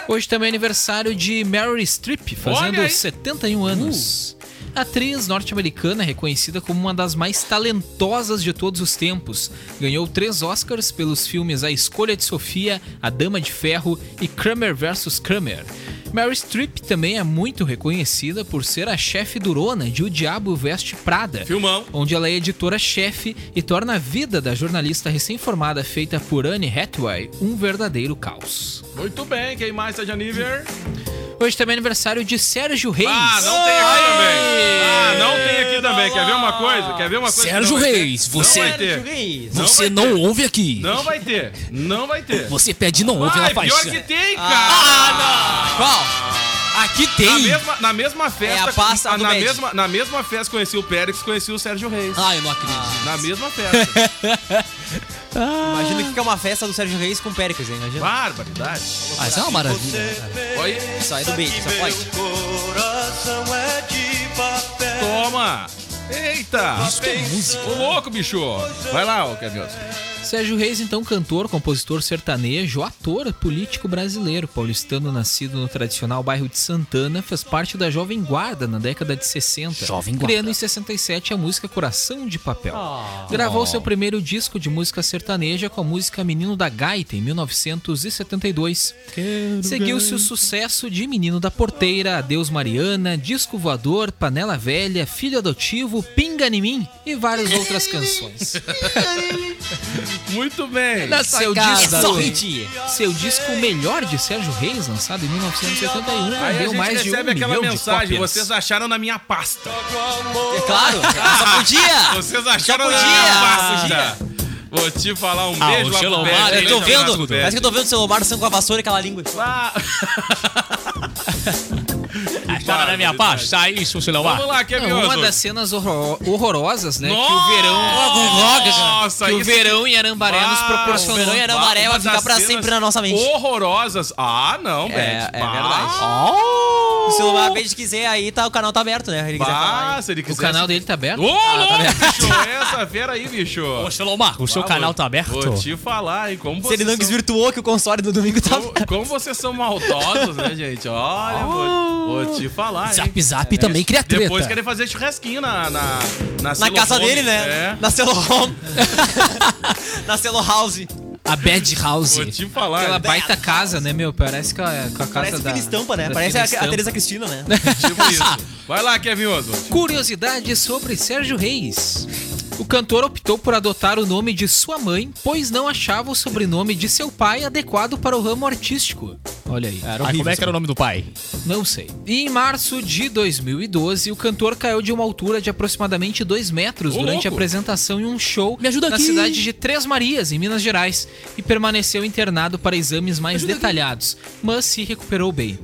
Hoje também é aniversário de Mary Streep, Olha fazendo aí. Uh. 71 anos. Atriz norte-americana é reconhecida como uma das mais talentosas de todos os tempos. Ganhou três Oscars pelos filmes A Escolha de Sofia, A Dama de Ferro e Kramer vs. Kramer. Mary Streep também é muito reconhecida por ser a chefe durona de O Diabo Veste Prada, Filmão. onde ela é editora-chefe e torna a vida da jornalista recém-formada feita por Anne Hathaway um verdadeiro caos. Muito bem, quem mais tá de aniver? Hoje também é aniversário de Sérgio Reis. Ah, não tem aqui também. Ah, não tem aqui também. Quer ver uma coisa? Quer ver uma coisa? que não Sérgio vai ter? Reis, Não você- vai ter. Reis. Não Você vai não ter. ouve aqui. Não vai ter. Não vai ter. Você pede e não ouve Ah, na é pior que faixa. tem, cara. Qual? Aqui Na tem. mesma, na mesma festa. É a pasta na, do na Magic. mesma, na mesma festa conheci o Pérez, conheci o Sérgio Reis. Ah, eu não acredito. Na mesma festa. Imagina que fica uma festa do Sérgio Reis com Péricles, hein? Imagina. Barbaridade. Ah, isso é uma maravilha. né, cara? Olha aí. Sai do beat, só pode. Toma. Eita. Isso que é música. Ô, louco, bicho. Vai lá, ô Kevin. Oswald. Sérgio Reis, então cantor, compositor sertanejo, ator, político brasileiro, paulistano nascido no tradicional bairro de Santana, fez parte da Jovem Guarda na década de 60, Jovem Guarda. criando em 67 a música Coração de Papel. Gravou Oh. seu primeiro disco de música sertaneja com a música Menino da Gaita em 1972. Seguiu-se o sucesso de Menino da Porteira, Adeus Mariana, Disco Voador, Panela Velha, Filho Adotivo, Pinga em Mim e várias outras canções. Muito bem. Seu casa, disco, Luiz. seu disco melhor de Sérgio Reis, lançado em 1971, Aí a vendeu gente mais de um recebe aquela milhão mensagem. de cópias. Vocês acharam na minha pasta. É Claro, só Ah, podia. Vocês acharam na minha pasta. Vou te falar um Ah, beijo o lá pro Xelomar, Pérez. eu tô Beijo vendo, lá pro Pérez. Parece que eu tô vendo o celular sendo com a vassoura e aquela língua. Ah, Acharam na minha pasta, aí, seu vamos celular. lá, Kevin. Não, uma Oswald. das cenas horror- horrorosas, É né? Que o Nossa! verão. Nossa, que o isso- é é verão em Arambaré nos Ah, proporcionou. o verão em Arambaré. amarela Uma ficar das pra cenas sempre na nossa mente. Horrorosas. Ah, não, Beth. É, é Bah, verdade. Oh! O celular, se quiser, aí tá, o canal tá aberto, né? Ele quiser falar. bah, se ele O quiser. canal dele tá aberto? Ô, louco, bicho, essa fera aí, bicho. Ô, Xelomar, o seu Ah, canal vou- tá aberto? Vou te falar, hein? Como Se ele vocês, não são, desvirtuou que o console do domingo tá aberto. como, como vocês são maldosos, né, gente? Olha, vou, vou te falar, hein? Zap Zap também cria treta. É, Depois querem fazer churrasquinho na... Na, Na casa Silofone. dele, né? É. Na Celo Home. Na Celo House. A Bad House. Vou te falar. Aquela hein? baita casa, né, meu? Parece que é a, com a casa Parece da. Fina Estampa, né? da Parece Fina a, Estampa. a Teresa Cristina, né? Tipo isso. Vai lá, Kevin Oswald. Curiosidade sobre Sérgio Reis. O cantor optou por adotar o nome de sua mãe, pois não achava o sobrenome de seu pai adequado para o ramo artístico. Olha aí. Ah, como é que era o nome do pai? Não sei. E em março de 2012, o cantor caiu de uma altura de aproximadamente 2 metros Ô, durante a louco. apresentação em um show Me ajuda na aqui. cidade de Três Marias, em Minas Gerais, e permaneceu internado para exames mais detalhados, mas se recuperou bem.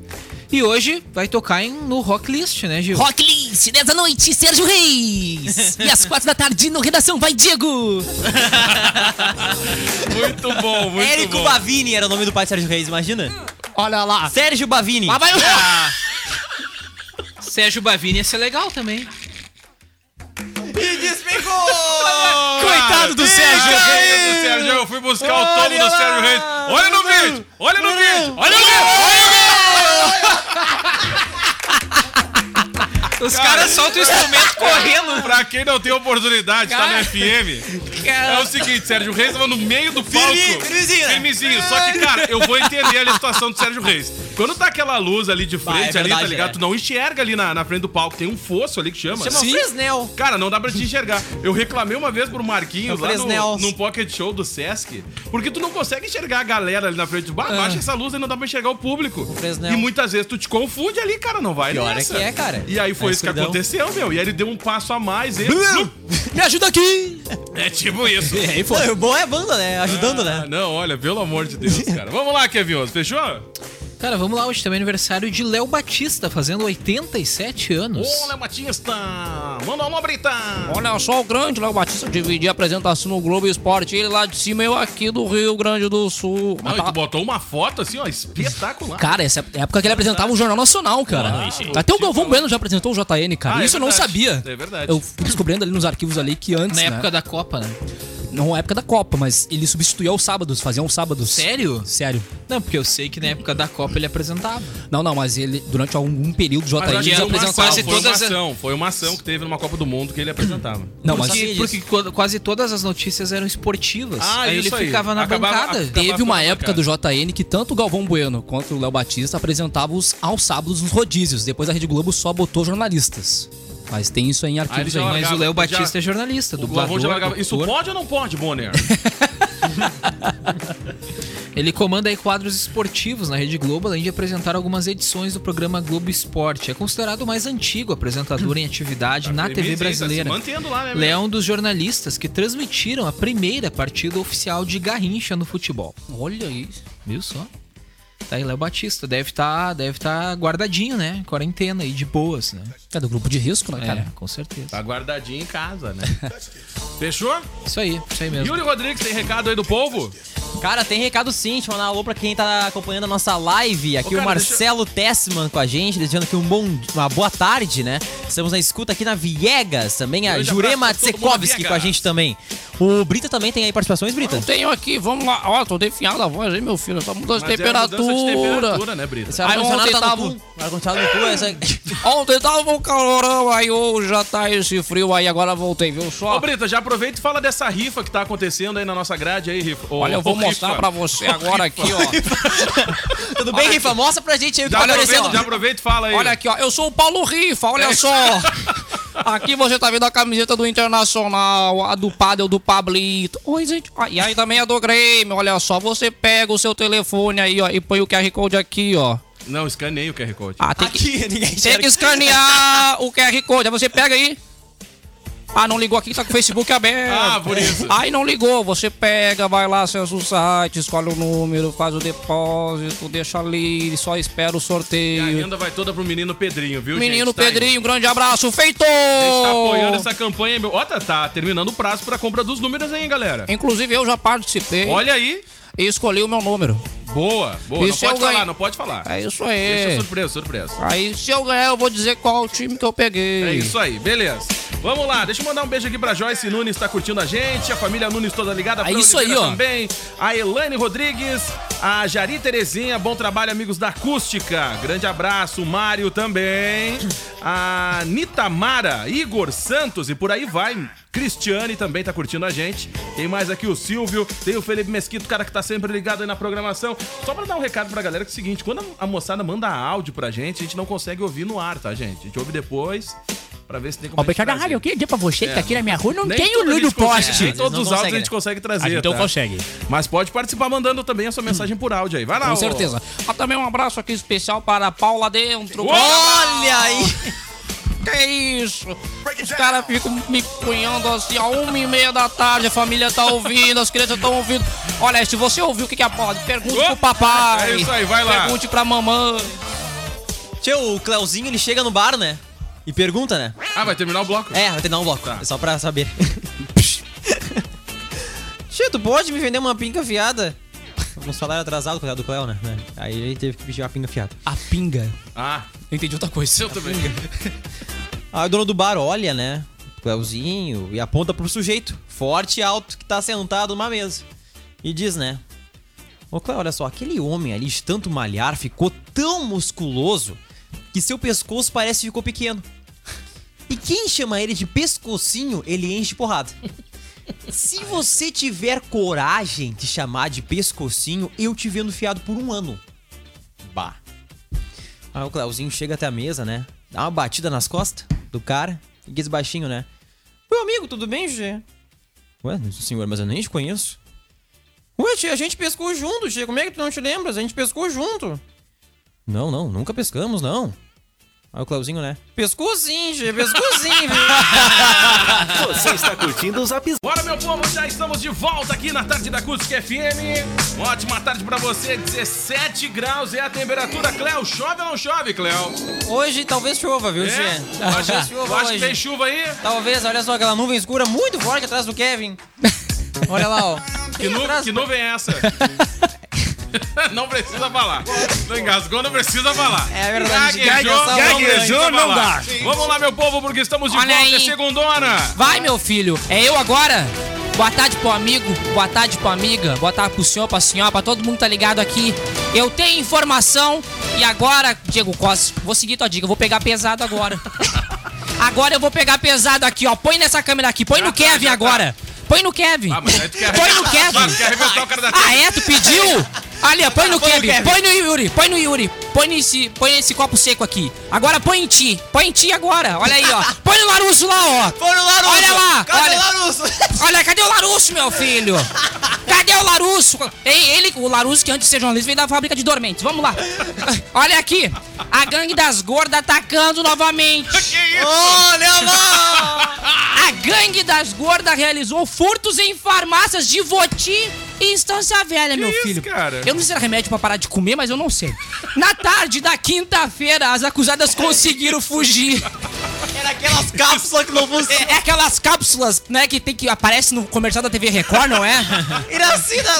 E hoje vai tocar em- no Rocklist, né, Gil? Rock List, 10 da noite, Sérgio Reis. E às 4 da tarde no Redação Vai Diego. Muito bom, muito Érico bom. Bavini era o nome do pai de Sérgio Reis, imagina? Olha lá. Sérgio Bavini. Lá vai o... Sérgio Bavini ia ser legal também. E despegou! Coitado do Sérgio Coitado do Sérgio, eu fui buscar o tomo do Sérgio Reis. Olha no vídeo! Olha no vídeo! Olha no vídeo! Os caras soltam é o instrumento correndo. Pra quem não tem oportunidade, tá Cara. no FM. É o seguinte, Sérgio Reis tava no meio do palco. Firme- firmezinho, né? Firmezinho. Só que, cara, eu vou entender ali a situação do Sérgio Reis. Quando tá aquela luz ali de frente, Ah, é ali, verdade, tá ligado? é. Tu não enxerga ali na, na frente do palco. Tem um fosso ali que chama. Chama Fresnel. Cara, não dá pra te enxergar. Eu reclamei uma vez pro Marquinhos Eu lá falei, no, Snell. num pocket show do Sesc, porque tu não consegue enxergar a galera ali na frente. É. Bah, Baixa essa luz e não dá pra enxergar o público. Fresnel. E muitas vezes tu te confunde ali, cara, não vai Pior é nessa. que é, cara. E aí foi Tá Na isso que escuridão. aconteceu, meu. E aí ele deu um passo a mais e... Me ajuda aqui. é tipo isso. aí Não, o bom é a banda, né? Ajudando, Ah, né? não, olha, pelo amor de Deus, cara. Vamos lá, Kevin Oso, fechou? Cara, vamos lá, hoje também é aniversário de Léo Batista, fazendo 87 anos. Olha, Batista! Manda uma brita! Olha só o grande Léo Batista dividir a apresentação no Globo Esporte. Ele lá de cima, eu aqui do Rio Grande do Sul. tá- Não, tá. e tu botou uma foto assim, ó, espetacular. Cara, essa é época que ele apresentava o Jornal Nacional, cara. Até o Galvão Bueno já apresentou o JN, cara. Ah, é Isso eu não verdade. sabia. É verdade. Eu fui descobrindo ali nos arquivos ali que antes, Na né? época da Copa, né? Não na época da Copa, mas ele substituía os sábados, fazia os sábados. Sério? Sério. Não, porque eu sei que na época da Copa ele apresentava. Não, não, mas ele, durante algum período, o JN Mas acho que Eles foi uma apresentava. ação, quase foi uma todas as- ação, foi uma ação que teve numa Copa do Mundo que ele apresentava. Não, mas porque, assim, porque quando- quase todas as notícias eram esportivas. Ah, aí ele isso aí. ficava na Acabava- bancada. acabava- teve uma Acabava época do ficando, JN que tanto o Galvão Bueno quanto o Léo Batista apresentavam os, aos sábados nos rodízios. Depois a Rede Globo só botou jornalistas. Mas tem isso aí em ele arquivos já aí. largava- Mas o Léo já- Batista é jornalista, O Glavão dublador, já largava. Isso doutor. pode ou não pode, Bonner? Ele comanda aí quadros esportivos na Rede Globo, além de apresentar algumas edições do programa Globo Esporte. É considerado o mais antigo apresentador em atividade na TV brasileira. Tá se mantendo lá, né? meu? Ele é um dos jornalistas que transmitiram a primeira partida oficial de Garrincha no futebol. Olha isso. Viu só? Tá aí Léo Batista. Deve estar deve tá guardadinho, né? Quarentena aí, de boas, né? É do grupo de risco, né, Cara, cara? com certeza. Tá guardadinho em casa, né? Fechou? Isso aí, isso aí mesmo. Yuri Rodrigues, tem recado aí do povo? Cara, tem recado sim, deixa eu mandar um alô pra quem tá acompanhando a nossa live. Aqui Ô, cara, o Marcelo Tessman com a gente, desejando aqui um bom, uma boa tarde, né? Estamos na escuta aqui na Viegas, também a Grande Jurema abraço pra todo mundo, Tsekovski com a Viegas. gente também. O Brita também tem aí participações, Brita? Tenho aqui, vamos lá. Ó, tô definhando a voz aí, meu filho. Tá mudando de Mas é mudança de temperatura. temperatura, né, Brita? Esse ar-condicionado ontem tá tava no um- cu. O ar-condicionado no cu, essa... Ontem tava um calorão, aí hoje já tá esse frio aí, agora voltei, viu só? Ô, Brita, já aproveita e fala dessa rifa que tá acontecendo aí na nossa grade aí, rifa. Ô, Olha, eu vou rifa. mostrar pra você agora aqui, ó. Tudo bem, Rifa? Mostra pra gente aí o que Já tá aproveita, aparecendo. já É. aproveita e fala aí. Olha aqui, ó. Eu sou o Paulo Rifa, olha só. Aqui você tá vendo a camiseta do Internacional, a do Padel do Pablito. Oi, gente. ó, E aí também a do Grêmio, olha só. Você pega o seu telefone aí, ó, e põe o QR Code aqui, ó. Não, escaneia o QR Code. Ah, tem que- Aqui, ninguém Tem que enxerga. escanear o QR Code. Aí você pega aí. Ah, não ligou aqui, tá com o Facebook aberto. Ah, por isso. Aí não ligou, você pega, vai lá, acessa o site, escolhe o número, faz o depósito, deixa ali, só espera o E a sorteio. renda vai toda pro menino Pedrinho, viu, Menino gente? Tá aí. Pedrinho, grande abraço, feito! A gente tá apoiando essa campanha, meu. Ó, tá, tá terminando o prazo pra compra dos números aí, hein, galera. Inclusive eu já participei Olha aí. e escolhi o meu número. Boa, boa. Isso não eu pode falar, ganho. não pode falar. É isso Deixa aí. surpresa, surpresa. Aí se eu ganhar, eu vou dizer qual o time que eu peguei. É isso aí, beleza. Vamos lá, deixa eu mandar um beijo aqui pra Joyce Nunes, tá curtindo a gente, a família Nunes toda ligada, a Fran É isso aí, Oliveira ó. também, a Elane Rodrigues, a Jari Terezinha, bom trabalho, amigos da Acústica. Grande abraço, Mário também, a Anitta Mara, Igor Santos e por aí vai. Cristiane também tá curtindo a gente. Tem mais aqui o Silvio, tem o Felipe Mesquito, cara que tá sempre ligado aí na programação. Só pra dar um recado pra galera que é o seguinte, quando a moçada manda áudio pra gente, a gente não consegue ouvir no ar, tá, gente? A gente ouve depois pra ver se tem Ó, como a gente pessoal da trazer. rádio, eu queria dizer pra você que tá aqui na minha rua não É. Nem tem o tudo a Lu gente do consegue, poste. nem todos não os áudios conseguem, a gente consegue trazer. Então tá? consegue. Mas pode participar mandando também a sua mensagem por áudio aí. Vai lá, Com ô. certeza. Ah, também um abraço aqui especial para a Paula Dentro. Olha aí. Que isso? Os caras ficam me punhando assim, a uma e meia da tarde, a família tá ouvindo, as crianças estão ouvindo. Olha, se você ouviu o que, que é a Paula, pergunte Ô, pro papai. é isso aí, vai lá. Pergunte pra mamãe. Tio, o Cleuzinho, ele chega no bar, né? E pergunta, né? Ah, vai terminar o bloco? É, vai ter que dar um bloco. Tá. É só pra saber. Tio, tu pode me vender uma pinga fiada? Um salário atrasado, cuidado do Cleo, né? né? Aí ele teve que pedir uma pinga fiada. A pinga. Ah, Eu entendi outra coisa. eu também. Aí o dono do bar olha, né? Cleuzinho, e aponta pro sujeito, forte e alto, que tá sentado numa mesa. E diz, né? Ô Cléo, olha só, aquele homem ali de tanto malhar ficou tão musculoso que seu pescoço parece que ficou pequeno. E quem chama ele de pescocinho, ele enche porrada. Se você tiver coragem de chamar de pescocinho, eu te vendo fiado por um ano. Bah. Aí Ah, o Cleuzinho chega até a mesa, né? Dá uma batida nas costas do cara e diz baixinho, né? Meu amigo, tudo bem, Gê? Ué, senhor, mas eu nem te conheço. Ué, tia, a gente pescou junto, tia. Como é que tu não te lembras? A gente pescou junto. Não, não, nunca pescamos, não. Aí o Clauzinho, né? Pescou sim, tia, pescou sim, viu? Você está curtindo o Zap Zap. Bora, meu povo, já estamos de volta aqui na tarde da Acústica FM. Uma ótima tarde pra você, 17 graus é a temperatura. Cléo, chove ou não chove, Cléo? Hoje talvez chova, viu, É? tia? Eu acho, eu acho que tem chuva aí. Talvez, olha só, aquela nuvem escura muito forte atrás do Kevin. Olha lá, ó. Que, nu atrás- que nuvem é essa? não precisa falar. Não engasgou, não precisa falar. É verdade, Gaguejou, gaguejou, gaguejou, não não dá. Vamos lá, meu povo, porque estamos de Olha volta, aí. é segundona. Vai, meu filho. É eu agora? Boa tarde pro amigo, boa tarde pra amiga, boa tarde pro senhor, pra senhora, pra todo mundo que tá ligado aqui. Eu tenho informação e agora, Diego Costa, vou seguir tua dica, eu vou pegar pesado agora. agora eu vou pegar pesado aqui, ó. Põe nessa câmera aqui, põe no Kevin agora. Põe no Kevin. Ah, mas aí tu quer Põe no arrebentar- Kevin. tu quer arrebentar o cara da Ah, é? Tu pediu? Ali, ó, põe no Kevin, põe no Yuri, põe no Yuri, põe nesse, põe nesse copo seco aqui. Agora põe em ti, põe em ti agora, olha aí, ó. Põe no Larusso lá, ó. Foi no Larusso! Olha lá, Cadê olha. o Larusso? Olha, cadê o Larusso, meu filho? Cadê o Larusso? Ei, ele, o Larusso, que antes de ser jornalista, veio da fábrica de dormentes. Vamos lá. Olha aqui. A gangue das gordas atacando novamente. Olha lá! A gangue das gordas realizou furtos em farmácias de Voti e Estância Velha, meu isso, filho. cara? Eu não sei se era remédio pra parar de comer, mas eu não sei. Na tarde da quinta-feira, as acusadas conseguiram fugir. Era aquelas cápsulas que não funcionam. É, é aquelas cápsulas, né, que tem que aparece no comercial da TV Record, não é? Iracina,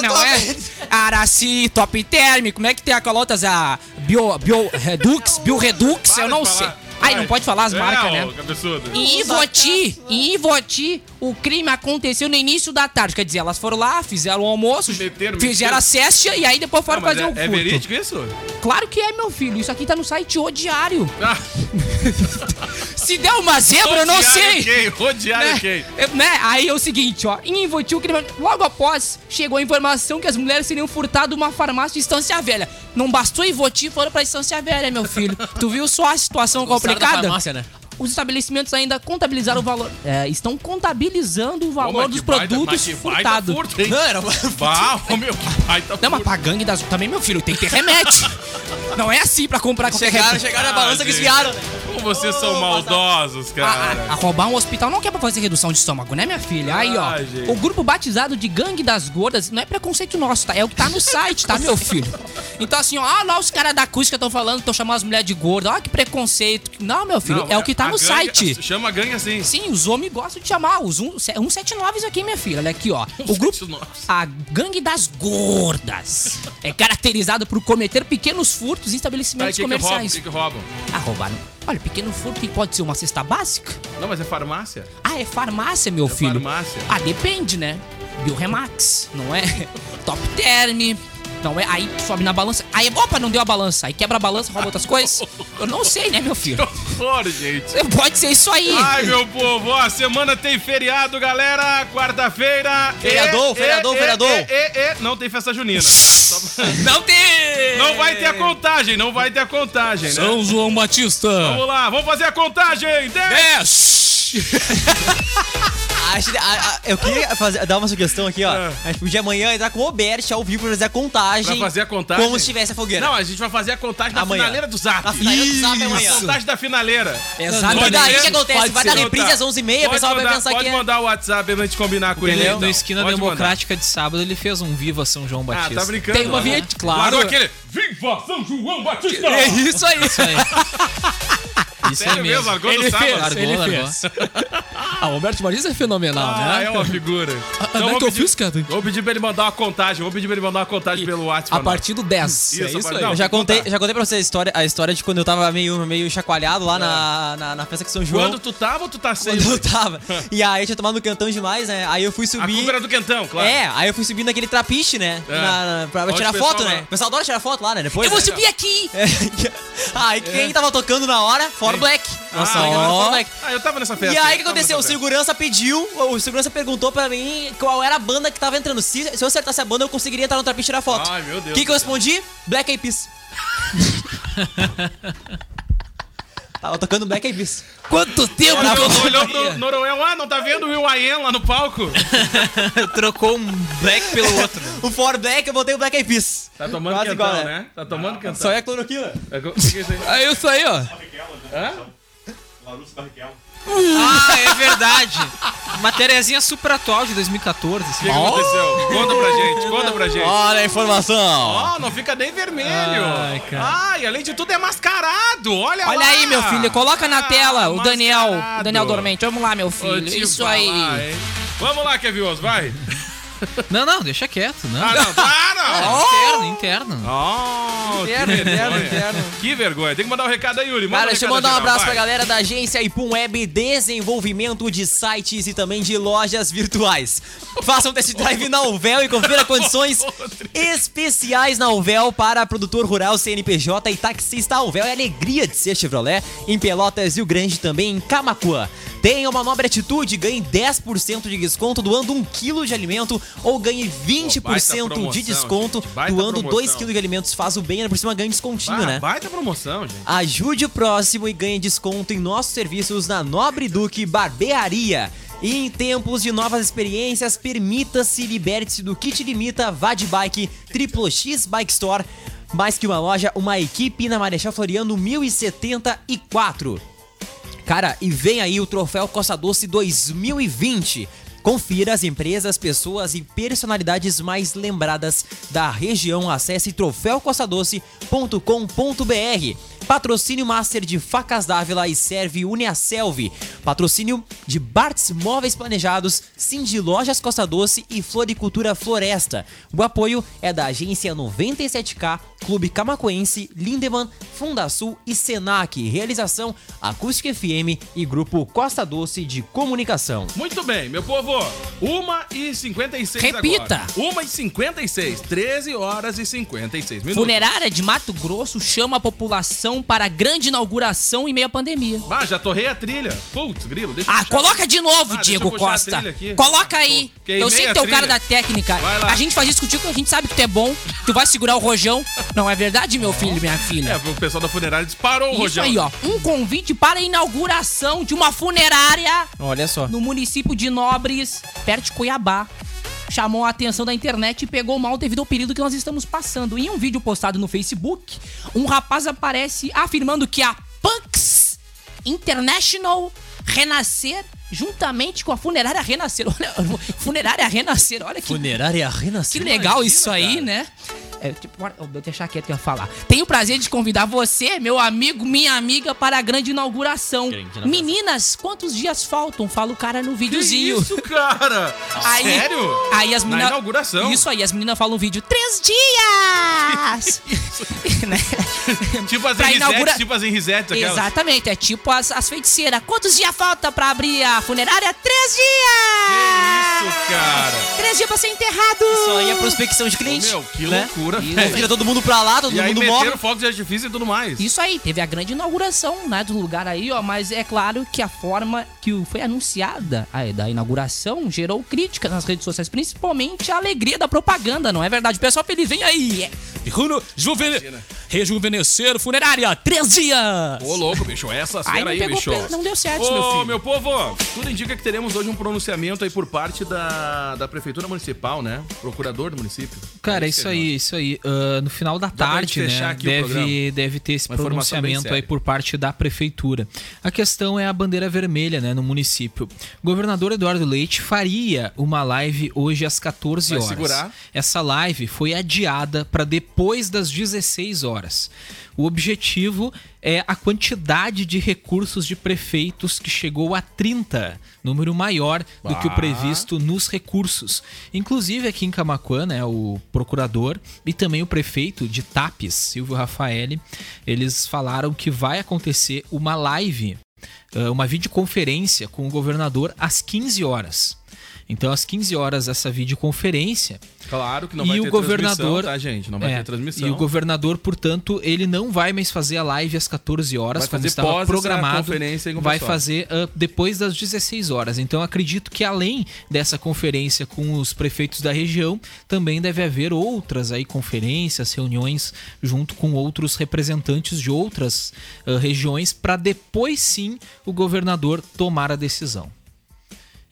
Não é? Araci, Top Term, como é que tem aquelas outras? A Bio, Bio Redux, Bio Redux, eu não sei. Ai, não pode falar as marcas, né? É, Que absurdo. Em Ivoti, em Ivoti, o crime aconteceu no início da tarde. Quer dizer, elas foram lá, fizeram o almoço, Meteram, meteram. fizeram a cestia e aí depois Ah, foram mas fazer é, o furto. é verídico isso? Claro que é, meu filho. Isso aqui tá no site O Diário. Ah, Se der uma zebra, eu não odiar é sei. Quem? Odiar né? quem? É, né? Aí é o seguinte, ó. Em Invotil, crime- logo após, chegou a informação que as mulheres seriam furtado uma farmácia de Estância Velha. Não bastou Invotil, foram pra Estância Velha, meu filho. tu viu só a situação Gostaram da complicada? farmácia, né? Os estabelecimentos ainda contabilizaram o valor. é, estão contabilizando o valor Pô, mas dos que baita- mas produtos é que baita furtados. furto, hein? Não, era Bah, ô, meu, que baita Não, mas furto. pra gangue das. Também, meu filho, tem que ter remédio. Não é assim pra comprar qualquer Chegaram, remédio. chegaram na balança Ah, que gente. desviaram, né? Como vocês são maldosos, Ah, cara. A, a roubar um hospital não quer pra fazer redução de estômago, né, minha filha? Aí, ó. Ah, gente. O grupo batizado de Gangue das Gordas não é preconceito nosso, tá? É o que tá no site, tá, meu filho? Então, assim, ó, ah, lá os caras da acústica estão falando, estão chamando as mulheres de gorda. Ó, que preconceito. Não, meu filho, Não, é o que tá a no gangue- site. Chama a gangue assim. Sim, os homens gostam de chamar os um- se- 179s aqui, minha filha. Olha aqui, ó. O grupo. 179s. A Gangue das Gordas é caracterizado por cometer pequenos furtos em Tá, e estabelecimentos que que roubam? comerciais. Que que roubam? Ah, roubaram. Olha, pequeno furto que pode ser uma cesta básica? Não, mas é farmácia? Ah, é farmácia, meu filho. farmácia. Ah, depende, né? Bioremax, não é? Top Term, não é? Aí sobe na balança. Aí, opa, não deu a balança. Aí quebra a balança, rouba outras coisas. Eu não sei, né, meu filho? Horror, gente. Pode ser isso aí. Ai, meu povo, ó, semana tem feriado, galera. Quarta-feira. Feriador, E, feriador, e, feriador. e, e, e, Não tem festa junina. Não tem! Não vai ter a contagem, não vai ter a contagem, né? São João Batista. Vamos lá, vamos fazer a contagem! Dez! É. 10! Acho- a- a- eu queria fazer- dar uma sugestão aqui, ó. Ah. A gente podia amanhã entrar com o Obert ao vivo pra fazer a contagem. Pra fazer a contagem? Como se tivesse a fogueira. Não, a gente vai fazer a contagem da Amanhã. finaleira do Zap. a finaleira do Zap é A amanhã. contagem da finaleira. Mas Exatamente. daí o ser, que acontece? pode Vai dar ser. reprise às 11h30, o Pode pessoal vai mandar- pensar que Pode é. mandar o WhatsApp pra gente combinar com ele. Ele, então. no Esquina Pode mandar. Democrática de sábado, ele fez um Viva São João Ah, Batista. tá brincando. Tem uma né? vinheta, Guardou claro. aquele. Viva São João Batista! É isso aí. Isso aí. Isso aí Sério mesmo, mesmo. largou no sábado. Largou, Ele largou. Ah, o Humberto Martins é fenomenal, Ah, né? é uma figura. Então, não vou tô pedir- ofuscado. Vou pedir pra ele mandar uma contagem. Vou pedir pra ele mandar uma contagem pelo WhatsApp. A pra nós. partir do 10. Isso, é isso a aí. partir- Eu já Não, contei, contar. já contei pra vocês a história, a história de quando eu tava meio, meio chacoalhado lá na, na, na festa que São João. É. Quando tu tava ou tu tá sem? Quando eu tava. E aí eu tinha tomado no cantão demais, né? Aí eu fui A subir. culpa era do Quentão, claro. É, aí eu fui subir naquele trapiche, né? É. Na- na- pra Onde o tirar pessoal foto, vai. né? O pessoal adora tirar foto lá, né? Depois. Eu vou né? subir aqui. É. Aí quem tava tocando na hora? For Black. Nossa, Ah, aí tava For Black. Ah, eu tava nessa festa. E aí o que Eu tava aconteceu? O nessa festa. segurança pediu, o segurança perguntou pra mim qual era a banda que tava entrando. Se, se eu acertasse a banda, eu conseguiria entrar no trapiche e tirar foto. Ai, meu Deus O que, do que eu céu. respondi? Black Eyed Peas. tava tocando Black Eyed Peas. Quanto tempo? Olha, eu- Olhou pro Noroel, ah, não tá vendo o Will Ayen lá no palco? Trocou um black pelo outro. O For Black, eu botei o Black Eyed Peas. Tá tomando Quase Quentão, igual, né? né? Tá tomando Quentão. Só é a cloroquina. É co- o que que é isso aí? É isso aí, ó. Ah, é verdade. Matériazinha super atual de 2014. O que que aconteceu? Conta pra gente, conta pra gente. Olha a informação. Ó, não fica nem vermelho. Ai, cara. Ai, além de tudo é mascarado. Olha, Olha lá. aí, meu filho, coloca na Ah, tela o Daniel, mascarado. o Daniel Dormente. Vamos lá, meu Vou filho. te Isso falar, aí. hein. Vamos lá, Kevin Oz, vai. Não, não, deixa quieto. Não. Ah, não, para. Interno, interno. Oh, que Interno, interno, vergonha. interno. Que vergonha. Tem que mandar um recado aí, Yuri. Manda Cara, um deixa eu recado mandar um geral, abraço pra vai. galera da agência Ipum Web Desenvolvimento de sites e também de lojas virtuais. Faça um test drive na Uvel e confira condições especiais na Uvel para produtor rural, CNPJ e taxista. A Uvel é a alegria de ser Chevrolet em Pelotas e o Grande também em Camacuã. Tenha uma nobre atitude, ganhe 10% de desconto doando 1 kg de alimento ou ganhe Pô, baita 20% promoção, de hein? desconto desconto. baita Doando 2 promoção. kg de alimentos faz o bem, ainda por cima ganha um descontinho, Ah, né? Baita promoção, gente. Ajude o próximo e ganhe desconto em nossos serviços na Nobre Duque Barbearia. E em tempos de novas experiências, permita-se, liberte-se do kit limita, vá de bike, Triplo X Bike Store, mais que uma loja, uma equipe na Marechal Floriano 1074. Cara, e vem aí o Troféu Costa Doce 2020. Confira as empresas, pessoas e personalidades mais lembradas da região. Acesse troféucostadoce.com.br. Patrocínio Master de Facas Dávila e Serve Uniaselv. Patrocínio de Bartz Móveis Planejados, Cindy Lojas Costa Doce e Floricultura Floresta. O apoio é da agência 97K, Clube Camacoense, Lindemann, Fundasul e Senac. Realização Acústica FM e Grupo Costa Doce de Comunicação. Muito bem, meu povo. 1h56 Repita. agora. 1h56. 13 horas e 56 minutos. Funerária de Mato Grosso chama a população para a grande inauguração em meio à pandemia. Bah, já torrei a trilha. Putz, grilo, deixa eu Ah, puxar. coloca de novo, Ah, deixa eu Diego puxar a Costa. trilha aqui. Coloca aí. Pô, queimei Eu sei a que tu é o cara trilha. da técnica. Vai lá. A gente faz isso contigo porque a gente sabe que tu é bom. Tu vai segurar o rojão. Não é verdade, meu filho, e minha É, filha? o pessoal da funerária disparou o Isso rojão. aí, ó. Um convite para a inauguração de uma funerária Olha só. no município de Nobres, perto de Cuiabá. Chamou a atenção da internet e pegou mal devido ao período que nós estamos passando. Em um vídeo postado no Facebook, um rapaz aparece afirmando que a Punks International Renascer, juntamente com a funerária Renascer. Olha, funerária Renascer, olha que Funerária que Renascer. legal isso aí, né? É, tipo, bora- eu vou deixar quieto que eu ia falar. Tenho o prazer de convidar você, meu amigo, minha amiga, para a grande inauguração. Meninas, quantos dias faltam? Fala o cara no Que videozinho. isso, cara? Aí- Sério? Aí as Na meninas. inauguração. Isso aí, as meninas falam um vídeo. Três dias! Né? Tipo as Pra Enrisetes, inaugura- tipo as Enrisetes, aquelas. Exatamente, é tipo as, as feiticeiras. Quantos dias falta pra abrir a funerária? Três dias! Que isso, cara? Três dias pra ser enterrado! Isso aí é prospecção de cliente. Meu, que né? loucura, Então velho. Vira todo mundo pra lá, todo E aí mundo meteram morre. fogos de artifício e tudo mais. Isso aí, teve a grande inauguração né, do lugar aí, ó, mas é claro que a forma que o- foi anunciada aí, da inauguração gerou críticas nas redes sociais, principalmente a alegria da propaganda, não é verdade? O pessoal feliz, vem aí! é, Juno, juvene, rejuvenescer funerária, três dias! Ô, louco, bicho, essa Ai, cena não aí, pegou bicho. peso, não deu certo, Ô, meu filho. povo, tudo indica que teremos hoje um pronunciamento aí por parte da, da Prefeitura Municipal, né? Procurador do município. É Cara, isso aí, isso aí. Ah, no final da pra tarde, gente fechar né, aqui o programa. deve, deve ter esse Uma informação bem pronunciamento aí séria. por parte da prefeitura. A questão é a bandeira vermelha, né, no município. O governador Eduardo Leite faria uma live hoje às 14 Vai horas. segurar. Essa live foi adiada para depois das 16 horas. O objetivo é a quantidade de recursos de prefeitos que chegou a 30, número maior do que o Bah. previsto nos recursos. Inclusive aqui em Camacuã, né, o procurador e também o prefeito de Tapes, Silvio Rafaeli, eles falaram que vai acontecer uma live, eh, uma videoconferência com o governador às 15 horas. Então, às 15 horas, essa videoconferência Claro que não e vai o ter governador, transmissão, tá, gente? Não vai É, ter transmissão. E o governador, portanto, ele não vai mais fazer a live às 14 horas, Vai como fazer pós estava essa programado. conferência aí com o Vai pessoal. fazer ah, depois das 16 horas. Então, acredito que além dessa conferência com os prefeitos da região, também deve haver outras aí conferências, reuniões junto com outros representantes de outras ah, regiões para depois sim o governador tomar a decisão.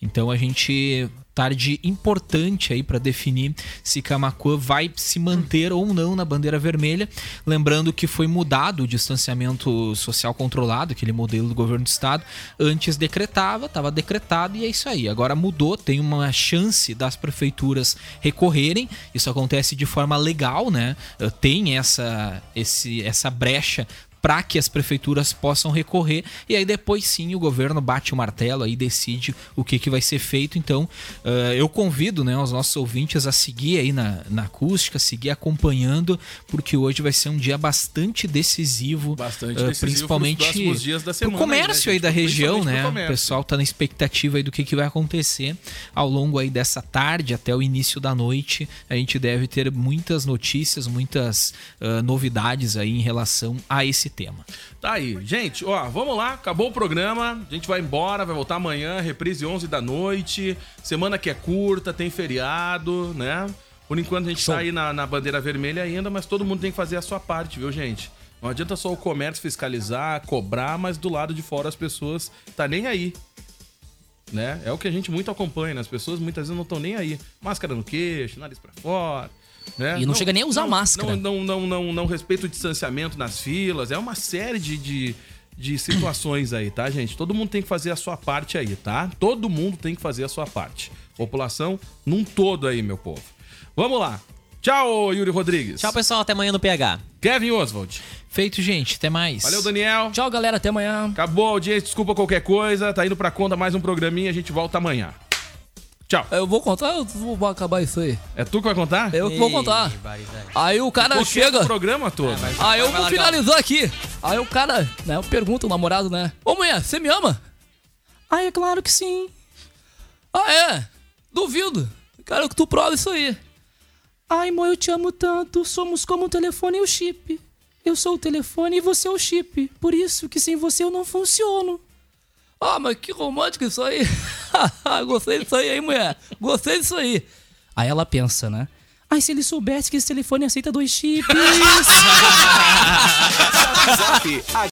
Então a gente tarde importante aí para definir se Camacuã vai se manter ou não na bandeira vermelha, lembrando que foi mudado o distanciamento social controlado, aquele modelo do governo do estado, antes decretava, estava decretado e é isso aí. Agora mudou, tem uma chance das prefeituras recorrerem. Isso acontece de forma legal, né? Eh, Tem essa esse essa brecha para que as prefeituras possam recorrer e aí depois sim o governo bate o martelo aí decide o que, que vai ser feito então eh, eu convido né os nossos ouvintes a seguir aí na, na acústica seguir acompanhando porque hoje vai ser um dia bastante decisivo Bastante eh, decisivo pros principalmente próximos dias da pro semana aí, né, comércio aí, gente? da região Principalmente pro né o comércio. pessoal tá na expectativa aí do que, que vai acontecer ao longo aí dessa tarde até o início da noite. A gente deve ter muitas notícias, muitas ah, novidades aí em relação a esse tema. Tá aí. Gente, ó, vamos lá. Acabou o programa. A gente vai embora, vai voltar amanhã, reprise 11 da noite. Semana que é curta, tem feriado, né? Por enquanto a gente tá aí na, na bandeira vermelha ainda, mas todo mundo tem que fazer a sua parte, viu, gente? Não adianta só o comércio fiscalizar, cobrar, mas do lado de fora as pessoas tá nem aí. Né? É o que a gente muito acompanha, né? As pessoas muitas vezes não estão nem aí. Máscara no queixo, nariz pra fora. Né? E não chega nem a usar não- máscara. Não, não, não, não, não respeita o distanciamento nas filas. É uma série de, de, de situações aí, tá, gente? Todo mundo tem que fazer a sua parte aí, tá? Todo mundo tem que fazer a sua parte. População num todo aí, meu povo. Vamos lá. Tchau, Yuri Rodrigues. Tchau, pessoal. Até amanhã no PH. Kevin Oswald. Feito, gente. Até mais. Valeu, Daniel. Tchau, galera. Até amanhã. Acabou a audiência, desculpa qualquer coisa. Tá indo pra conta mais um programinha, a gente volta amanhã. Tchau. Eu vou contar ou vou acabar isso aí? É tu que vai contar? Eu que vou contar. Aí o cara Qualquer chega. programa todo. Aí eu Vai vou lá, finalizar aqui. Aí o cara, né, eu pergunto o namorado, né? Ô mulher, você me ama? Ai, é claro que sim. Ah, é? Duvido. Quero que tu prova isso aí. Ai, mãe, eu te amo tanto. Somos como o telefone e o chip. Eu sou o telefone e você é o chip. Por isso que sem você eu não funciono. Ah, mas que romântico isso aí. Gostei disso aí, hein, mulher? Gostei disso aí. Aí ela pensa, né? Ai, se ele soubesse que esse telefone aceita dois chips. Zap, zap,